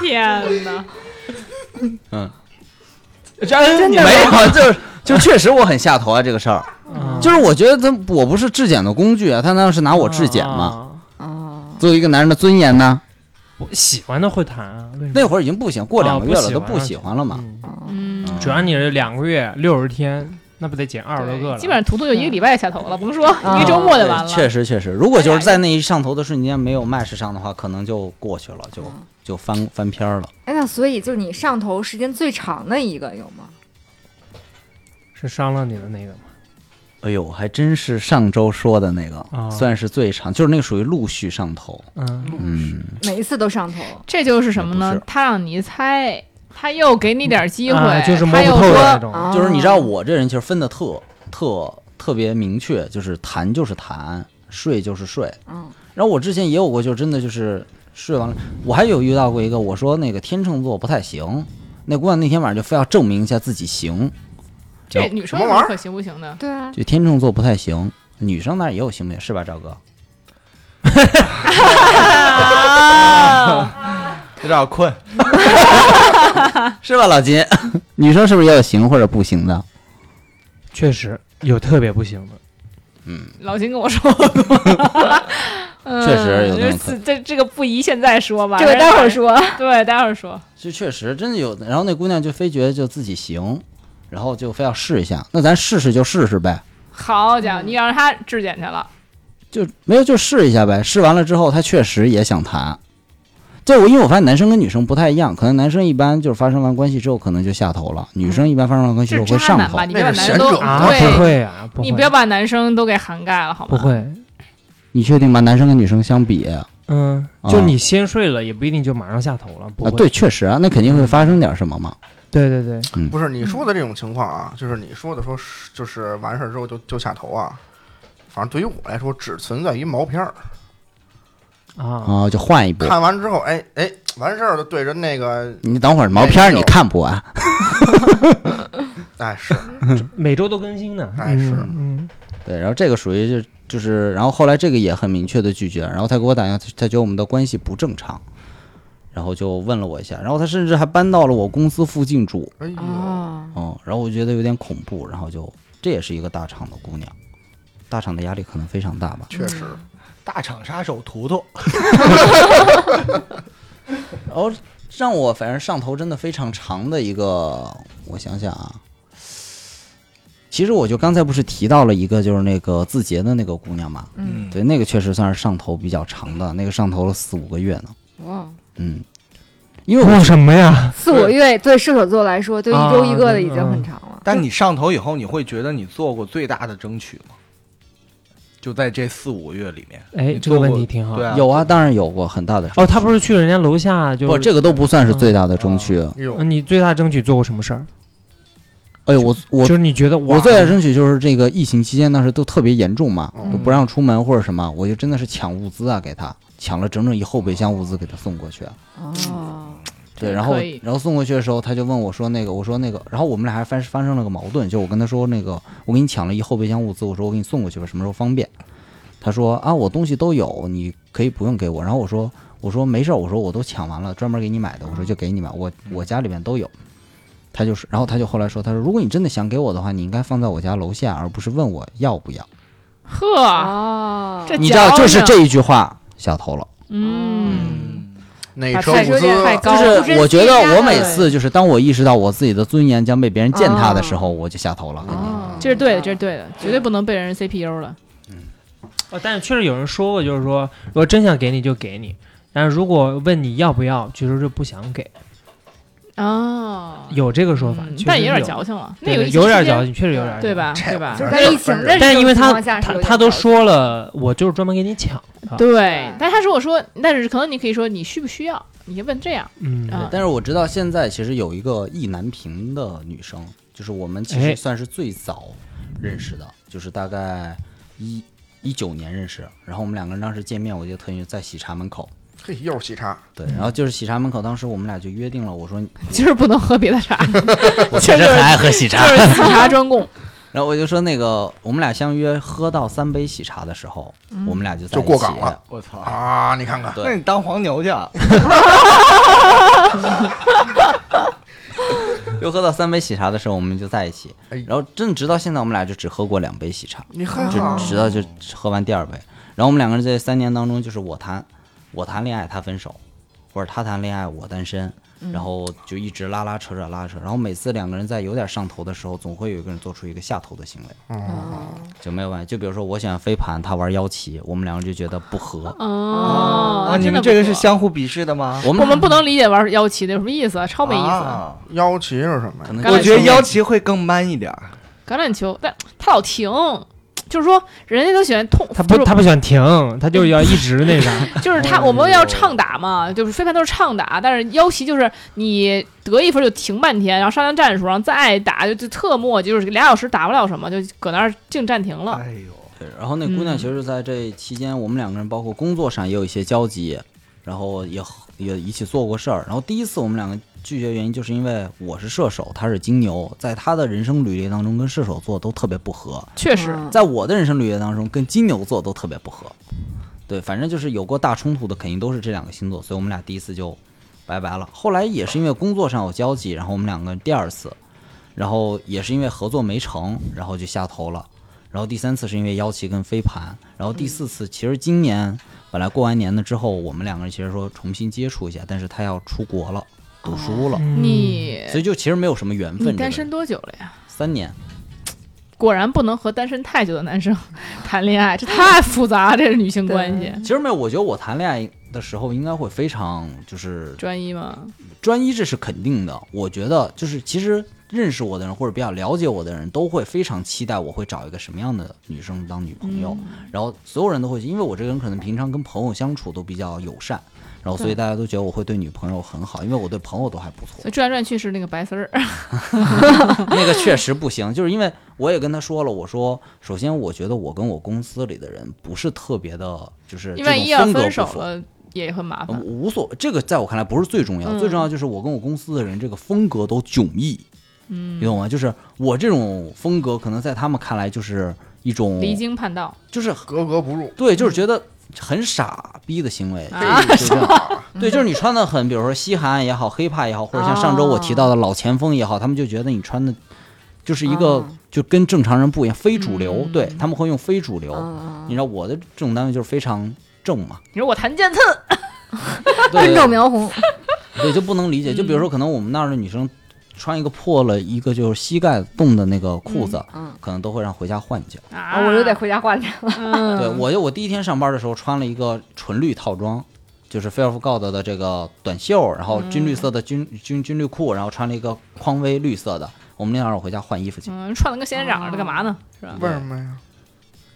天哪！嗯，呃真 的没有，就是就确实我很下头啊，这个事儿，啊就是我觉得他我不是质检的工具啊，他难道是拿我质检吗？嘛，哦，作为一个男人的尊严呢？我啊喜欢的会谈啊，为什么？那会儿已经不行，过两个月了啊都不不喜喜欢了嘛。嗯嗯，嗯主要你是两个月六十天，那不得减二十多个了？基本上图图就一个礼拜下头了，甭说嗯一个周末就完了。对确实确实，如果就是在那一上头的瞬间没有 match 上的话，可能就过去了，就就翻翻篇儿了。哎，那所以就是你上头时间最长的一个有吗？是商量你的那个吗？哎呦，还真是上周说的那个，啊算是最长，就是那个属于陆续上头。嗯，嗯，每一次都上头，这就是什么哎呢不是？他让你猜，他又给你点机会，啊就是摸他不又透的那说，啊种。哦就是你知道我这人其实分的特特特别明确，就是谈就是谈，睡就是睡。嗯，然后我之前也有过，就真的就是睡完了，我还有遇到过一个，我说那个天秤座不太行，那姑娘那天晚上就非要证明一下自己行，这女生什么玩意儿可行不行的？对啊，就天秤座不太行，女生那儿也有行不行是吧，赵 哥？啊，有点困。是吧，老 金？女生是不是也有行或者不行的？确实有特别不行的。老金跟我 说过，嗯确实有那这种次这这个不宜现在说吧，这个待会儿，说。对，待会儿说。就确实真的有，然后那姑娘就非觉得就自己行，然后就非要试一下，那咱试试就试试呗。好家伙，你让他质检去了，就没有就试一下呗。试完了之后，他确实也想谈。这我因为我发现男生跟女生不太一样，可能男生一般就是发生完关系之后可能就下头了，女生一般发生完关系之这是后会渣上男头吧？。你别把那男是生都选手啊，对不会啊，不会，你不要把男生都给涵盖了好不吗？会，你确定把男生跟女生相比啊？嗯，就啊你先睡了，也不一定就马上下头了，不会。对，确实啊，那肯定会发生点什么嘛。对对对，嗯，不是你说的这种情况啊，就是你说的说是就是完事儿之后就就下头啊，反正对于我来说只存在于毛片儿，啊，啊，就换一部。看完之后，哎哎，完事儿就对着那个哎你等会儿毛片儿你看不完，哎，是每周都更新呢。哎是嗯，对，然后这个属于就就是，然后后来这个也很明确的拒绝，然后他给我打电话，他他觉得我们的关系不正常，然后就问了我一下，然后他甚至还搬到了我公司附近住，哎呦，哦，嗯，然后我觉得有点恐怖，然后就这也是一个大厂的姑娘，大厂的压力可能非常大吧。确实，大厂杀手图图，然后让我反正上头真的非常长的一个，我想想啊，其实我就刚才不是提到了一个就是那个字节的那个姑娘嘛，嗯，对，那个确实算是上头比较长的，那个上头了四五个月呢，哇，嗯，因为为我什么呀？四五月对射手座来说，对一周一个的已经很长了。啊啊但你上头以后，你会觉得你做过最大的争取吗？就在这四五个月里面，哎，你这个做问过题挺好。对啊，有啊，当然有过很大的哦，他不是去人家楼下就不，这个都不算是最大的争取。哎呦呃，你最大争取做过什么事儿？哎呦，我我就是你觉得哇我最大的争取就是这个疫情期间，当时都特别严重嘛，嗯都不让出门或者什么，我就真的是抢物资啊，给他抢了整整一后备箱物资给他送过去。哦，对，然后可以然后送过去的时候，他就问我说那个，我说那个，然后我们俩还发发生了个矛盾，就我跟他说那个，我给你抢了一后备箱物资，我说我给你送过去吧，什么时候方便？他说啊，我东西都有，你可以不用给我。然后我说我说没事儿，我说我都抢完了，专门给你买的，我说就给你吧，我嗯我家里面都有。他就是，然后他就后来说，他说如果你真的想给我的话，你应该放在我家楼下，而不是问我要不要。呵，哦，这你知道，矫就是情这一句话下头了。嗯，嗯，那把车菜物说点太资高就了，是我觉得我每次就是当我意识到我自己的尊严将被别人践踏的时候，我就下头了。肯定哦，这是对的，这是对的，绝对不能被人 CPU 了。哦，但是确实有人说过，就是说如果真想给你就给你，但是如果问你要不要，其实就不想给，哦，有这个说法嗯，确实但也有点有矫情了，那对个对疫情有点期间矫情，确实有点儿对？吧？这对吧就这？是在疫情这认但识是因为他他他他都说了，我就是专门给你抢的，对，但他如果说，但是可能你可以说你需不需要，你就问这样嗯，啊。但是我知道现在其实有一个意难平的女生，就是我们其哎实算是最早认识的，就是大概一一九年认识，然后我们两个人当时见面，我记得特意在喜茶门口。嘿，又是喜茶，对，然后就是喜茶门口，当时我们俩就约定了，我说今儿不能喝别的茶，我确实很爱喝喜茶， 就是喜茶专供。然后我就说那个我们俩相约喝到三杯喜茶的时候，我们俩就在就一过起港了我操，啊，你看看，对那你当黄牛去啊？ 又喝到三杯喜茶的时候，我们就在一起哎，然后真的直到现在，我们俩就只喝过两杯喜茶，你很就好，直到就喝完第二杯。然后我们两个人在三年当中，就是我谈我谈恋爱，他分手，或者他谈恋爱我单身，然后就一直拉拉扯扯拉扯。然后每次两个人在有点上头的时候，总会有一个人做出一个下头的行为，嗯就没有办法。就比如说我喜欢飞盘，他玩腰棋，我们两个人就觉得不合。哦，啊，你真的们不这个是错。相互鄙视的吗？我我们们不能理解玩腰旗的有什么意思啊，超没意思。啊嗯腰旗是什么可呀？能橄榄我觉得球腰旗会更 man 一点儿。橄榄球，但他老停，就是说人家都喜欢痛，他就不是他不想停，他就是要一直那啥，就是哎他，我们要畅打嘛，就是飞盘都是畅打，但是腰旗就是你得一分就停半天，然后商量战术，然后再打，就就特磨，就是俩小时打不了什么，就搁那儿净暂停了。哎呦，对，然后那姑娘其实在这期间，我们两个人包括工作上也有一些交集，然后也和也一起做过事儿。然后第一次我们两个拒绝原因，就是因为我是射手，他是金牛，在他的人生履历当中跟射手座都特别不合，确实，嗯在我的人生履历当中跟金牛座都特别不合。对，反正就是有过大冲突的，肯定都是这两个星座，所以我们俩第一次就拜拜了。后来也是因为工作上有交集，然后我们两个第二次，然后也是因为合作没成，然后就下头了。然后第三次是因为腰旗跟飞盘，然后第四次其实今年本来过完年了之后，我们两个人其实说重新接触一下，但是他要出国了，读书嗯了，嗯嗯你所以就其实没有什么缘你分。这个单人身多久了呀？三年，果然不能和单身太久的男生 谈恋爱，这太复杂，这是女性关系。其实没有，我觉得我谈恋爱的时候应该会非常就是专一吗？专一这是肯定的。我觉得就是其实认识我的人或者比较了解我的人都会非常期待我会找一个什么样的女生当女朋友，嗯然后所有人都会，因为我这个人可能平常跟朋友相处都比较友善，然后所以大家都觉得我会对女朋友很好，因为我对朋友都还不错所以。转来转去是那个白丝儿，呃 那个确实不行，就是因为我也跟他说了，我说首先我觉得我跟我公司里的人不是特别的，就是这万一种要风格分不手符。了也很麻呃烦。无所，这个在我看来不是最重要，嗯最重要就是我跟我公司的人这个风格都迥异，嗯你，懂吗？就是我这种风格，可能在他们看来就是一种，离经叛道就是格格不入。对，就是觉得很傻逼的行为。啊，就这样 对，就是你穿的很，比如说西韩也好，黑怕也好，或者像上周我提哦到的老前锋也好，他们就觉得你穿的，就是一个啊就跟正常人不一样，非主流。哦嗯哦对他们会用非主流。嗯你知道我的这种单位就是非常正 嘛，你说我谭健次，对分众苗红，对，就不能理解。就比嗯如说，可能我们那儿的女生穿一个破了一个就是膝盖洞的那个裤子，嗯，可能都会让回家换一件。啊啊，我就得，回家换去。嗯对我就我第一天上班的时候穿了一个纯绿套装，就是 Fear of God 的这个短袖，然嗯后军绿色的军、军军绿裤，然后穿了一个匡威绿色的。我们那让我回家换衣服去，嗯，穿了个仙人掌似的，干嘛呢？是嗯吧？为什么呀？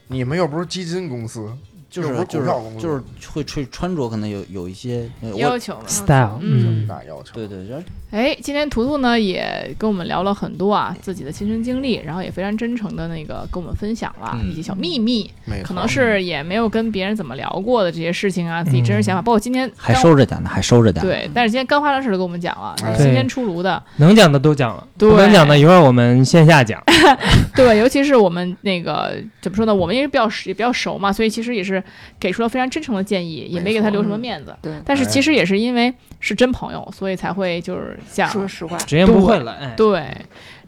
你们又不是基金公司，就又不是是就股是票公司，就是会穿穿着可能有有一些呃要我求了。 style，嗯嗯，大要求。对对，然后哎，今天图图呢也跟我们聊了很多啊自己的亲身经历，然后也非常真诚的那个跟我们分享了嗯一些小秘密，没可错能是也没有跟别人怎么聊过的这些事情啊，自己真实想法，包括今天嗯还刚收着点呢，还哎收着点。，对，但是今天刚发生事的跟我们讲了，就是对今天出炉的，能讲的都讲了，对不能讲的一会儿我们线下讲。 对，尤其是我们那个怎么说呢，我们也是比较熟也比较熟嘛，所以其实也是给出了非常真诚的建议，也没给他留什么面子。对，哎但是其实也是因为是真朋友，所以才会就是想说实话，直言不讳了，哎，对，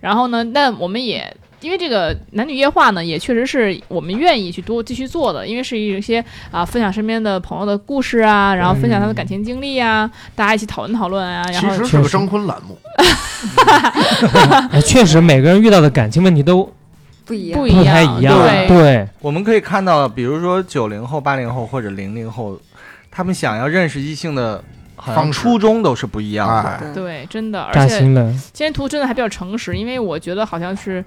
然后呢，那我们也因为这个男女夜话呢，也确实是我们愿意去多继续做的，因为是一些啊分享身边的朋友的故事啊，然后分享他的感情经历啊，大家一起讨论讨论啊，然其后实是个征婚栏目，哎确实每个人遇到的感情问题都不一样不。不一太样，一样，对，对，我们可以看到，比如说九零后、八零后或者零零后，他们想要认识异性的好像方式初衷都是不一样的。哎，对，真的，而扎且心了，今天图真的还比较诚实，因为我觉得好像是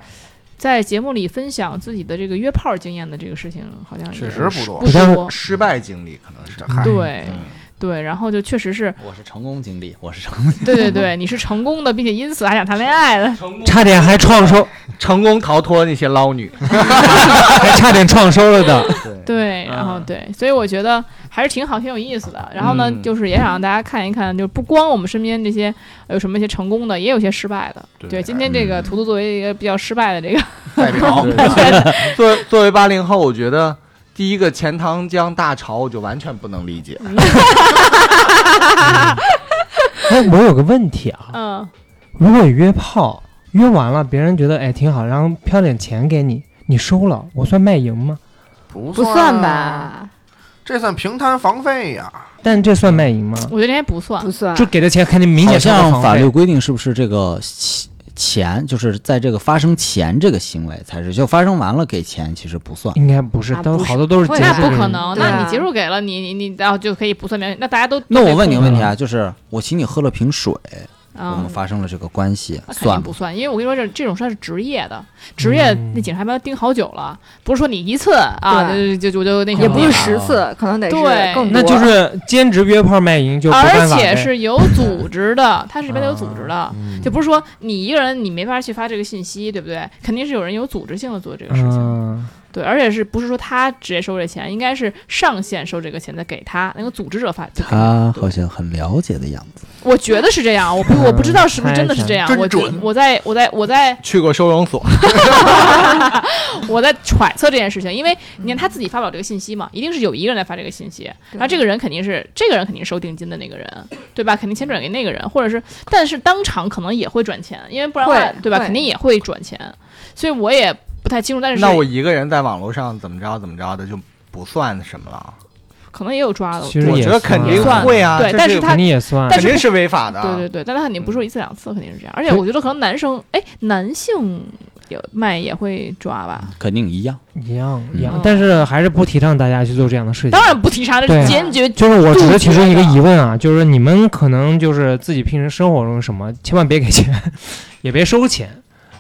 在节目里分享自己的这个约炮经验的这个事情，好像也确实不多不多。失败经历可能是这嗨，对嗯对，然后就确实是我是成功经历，我是成功。对对对，你是成功的，并且因此还想谈恋爱的，差点还创收，成功逃脱那些捞女。还差点创收了 的。对，对，然后对，所以我觉得还是挺好，挺有意思的。然后呢，嗯就是也想让大家看一看，就不光我们身边这些呃有什么一些成功的，也有一些失败的。对对，今天这嗯个图图作为一个比较失败的这个代 表 作为作为八零后，我觉得第一个钱塘江大潮，我就完全不能理解。嗯哎，我有个问题啊，嗯，如果约炮约完了，别人觉得哎挺好，然后飘点钱给你，你收了，我算卖淫吗？不啊不算？吧，这算平摊房费呀，但这算卖淫吗？我觉得应该不算不，算就。给的钱肯定明好显超过像房法费律规定是不是这个钱钱就是在这个发生前这个行为才是，就发生完了给钱其实不算。应该不是啊，都不是好多都是会结那束不给可你能。对那啊你结束给了你，你你然后就可以不算免，那大家都那都被我问你个控制问题了啊，就是我请你喝了瓶水，我啊们。发生了这个关系，那肯算定不吗？算，因为我跟你说，这这种算是职业的，职业嗯那警察们要盯好久了，不是说你一次啊，就对就就就那什么也不了是十次，可能得对是更多。那就是兼职约炮卖淫就不而犯法呗且是有组织的，它是里面有组织啊的，嗯就不是说你一个人你没法去发这个信息，对不对？肯定是有人有组织性的做这个事情，嗯，对，而且是不是说他直接收这钱，应该是上线收这个钱再给他那个组织者发，就给他好像很了解的样子。我觉得是这样，我嗯不我不知道是不是真的是这样，嗯我真准我在我在我在去过收容所，我在揣测这件事情，因为你看他自己发不了这个信息嘛，一定是有一个人来发这个信息，对然后这个人肯定是这个人肯定是收定金的那个人，对吧？肯定先转给那个人，或者是，但是当场可能也会转钱，因为不然的话会，对吧？会肯定也会转钱，所以我也不太清楚，但 是那我一个人在网络上怎么着怎么着的就不算什么了。可能也有抓的，其实我也觉得肯定嗯算会啊，对这但是他肯定也算，但肯是定是违法的。啊对对对，但他肯定不嗯是说一次两次，肯定是这样，而且我觉得可能男生，哎，男性有卖也会抓吧。肯定一样，一样一样嗯，但是还是不提倡大家去做这样的事情。当然不提倡，这对是坚决就是我只是提出杜绝一个的疑问啊，就是你们可能就是自己平时生活中什么，千万别给钱， 也别收钱，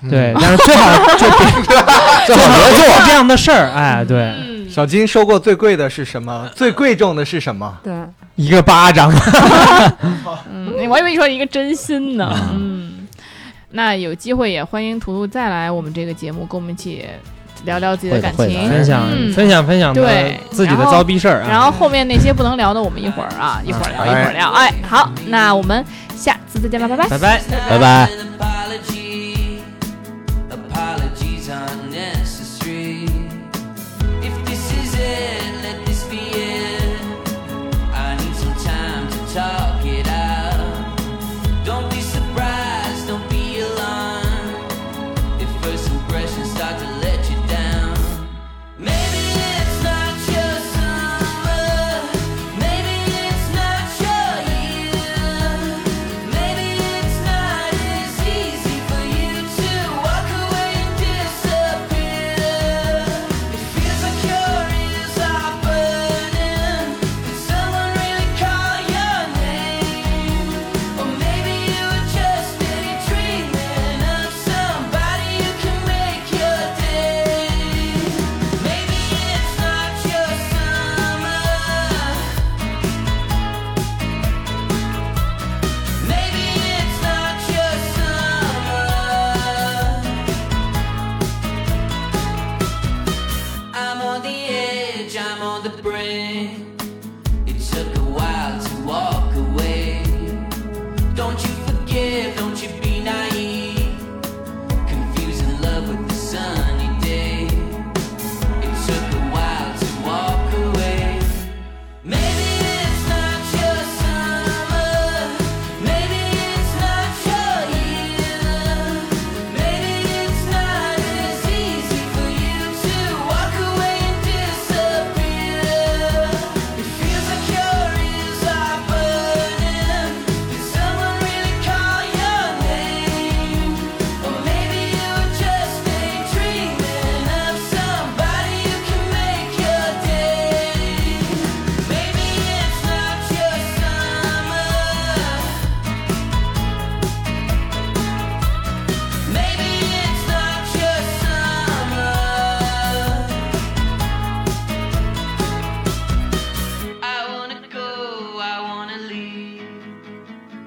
嗯嗯对，但是最好 就别最好别做这样的事儿，哎，对，嗯小金收过最贵的是什么？最贵重的是什么？对，一个巴掌，嗯，我以为你说一个真心呢。啊嗯，那有机会也欢迎图图再来我们这个节目，跟我们一起聊聊自己的会的感会的情。分享嗯分享分享的对自己的然后糟逼事儿然啊，后后面那些不能聊的，我们一会儿啊，嗯一会儿聊，哎一会儿聊。哎，好，那我们下次再见吧，拜拜。拜拜。拜拜。 an apology.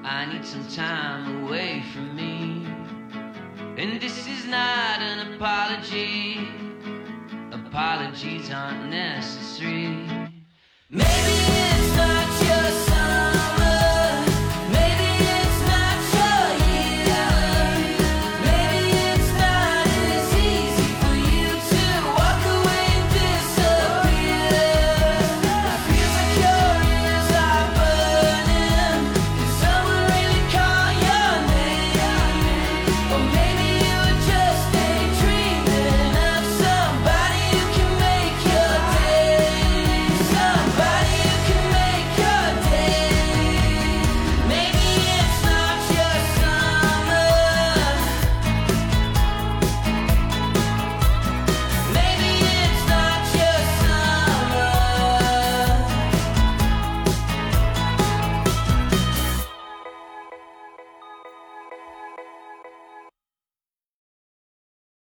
I need some time away from me. And this is not an apology. Apologies aren't necessary.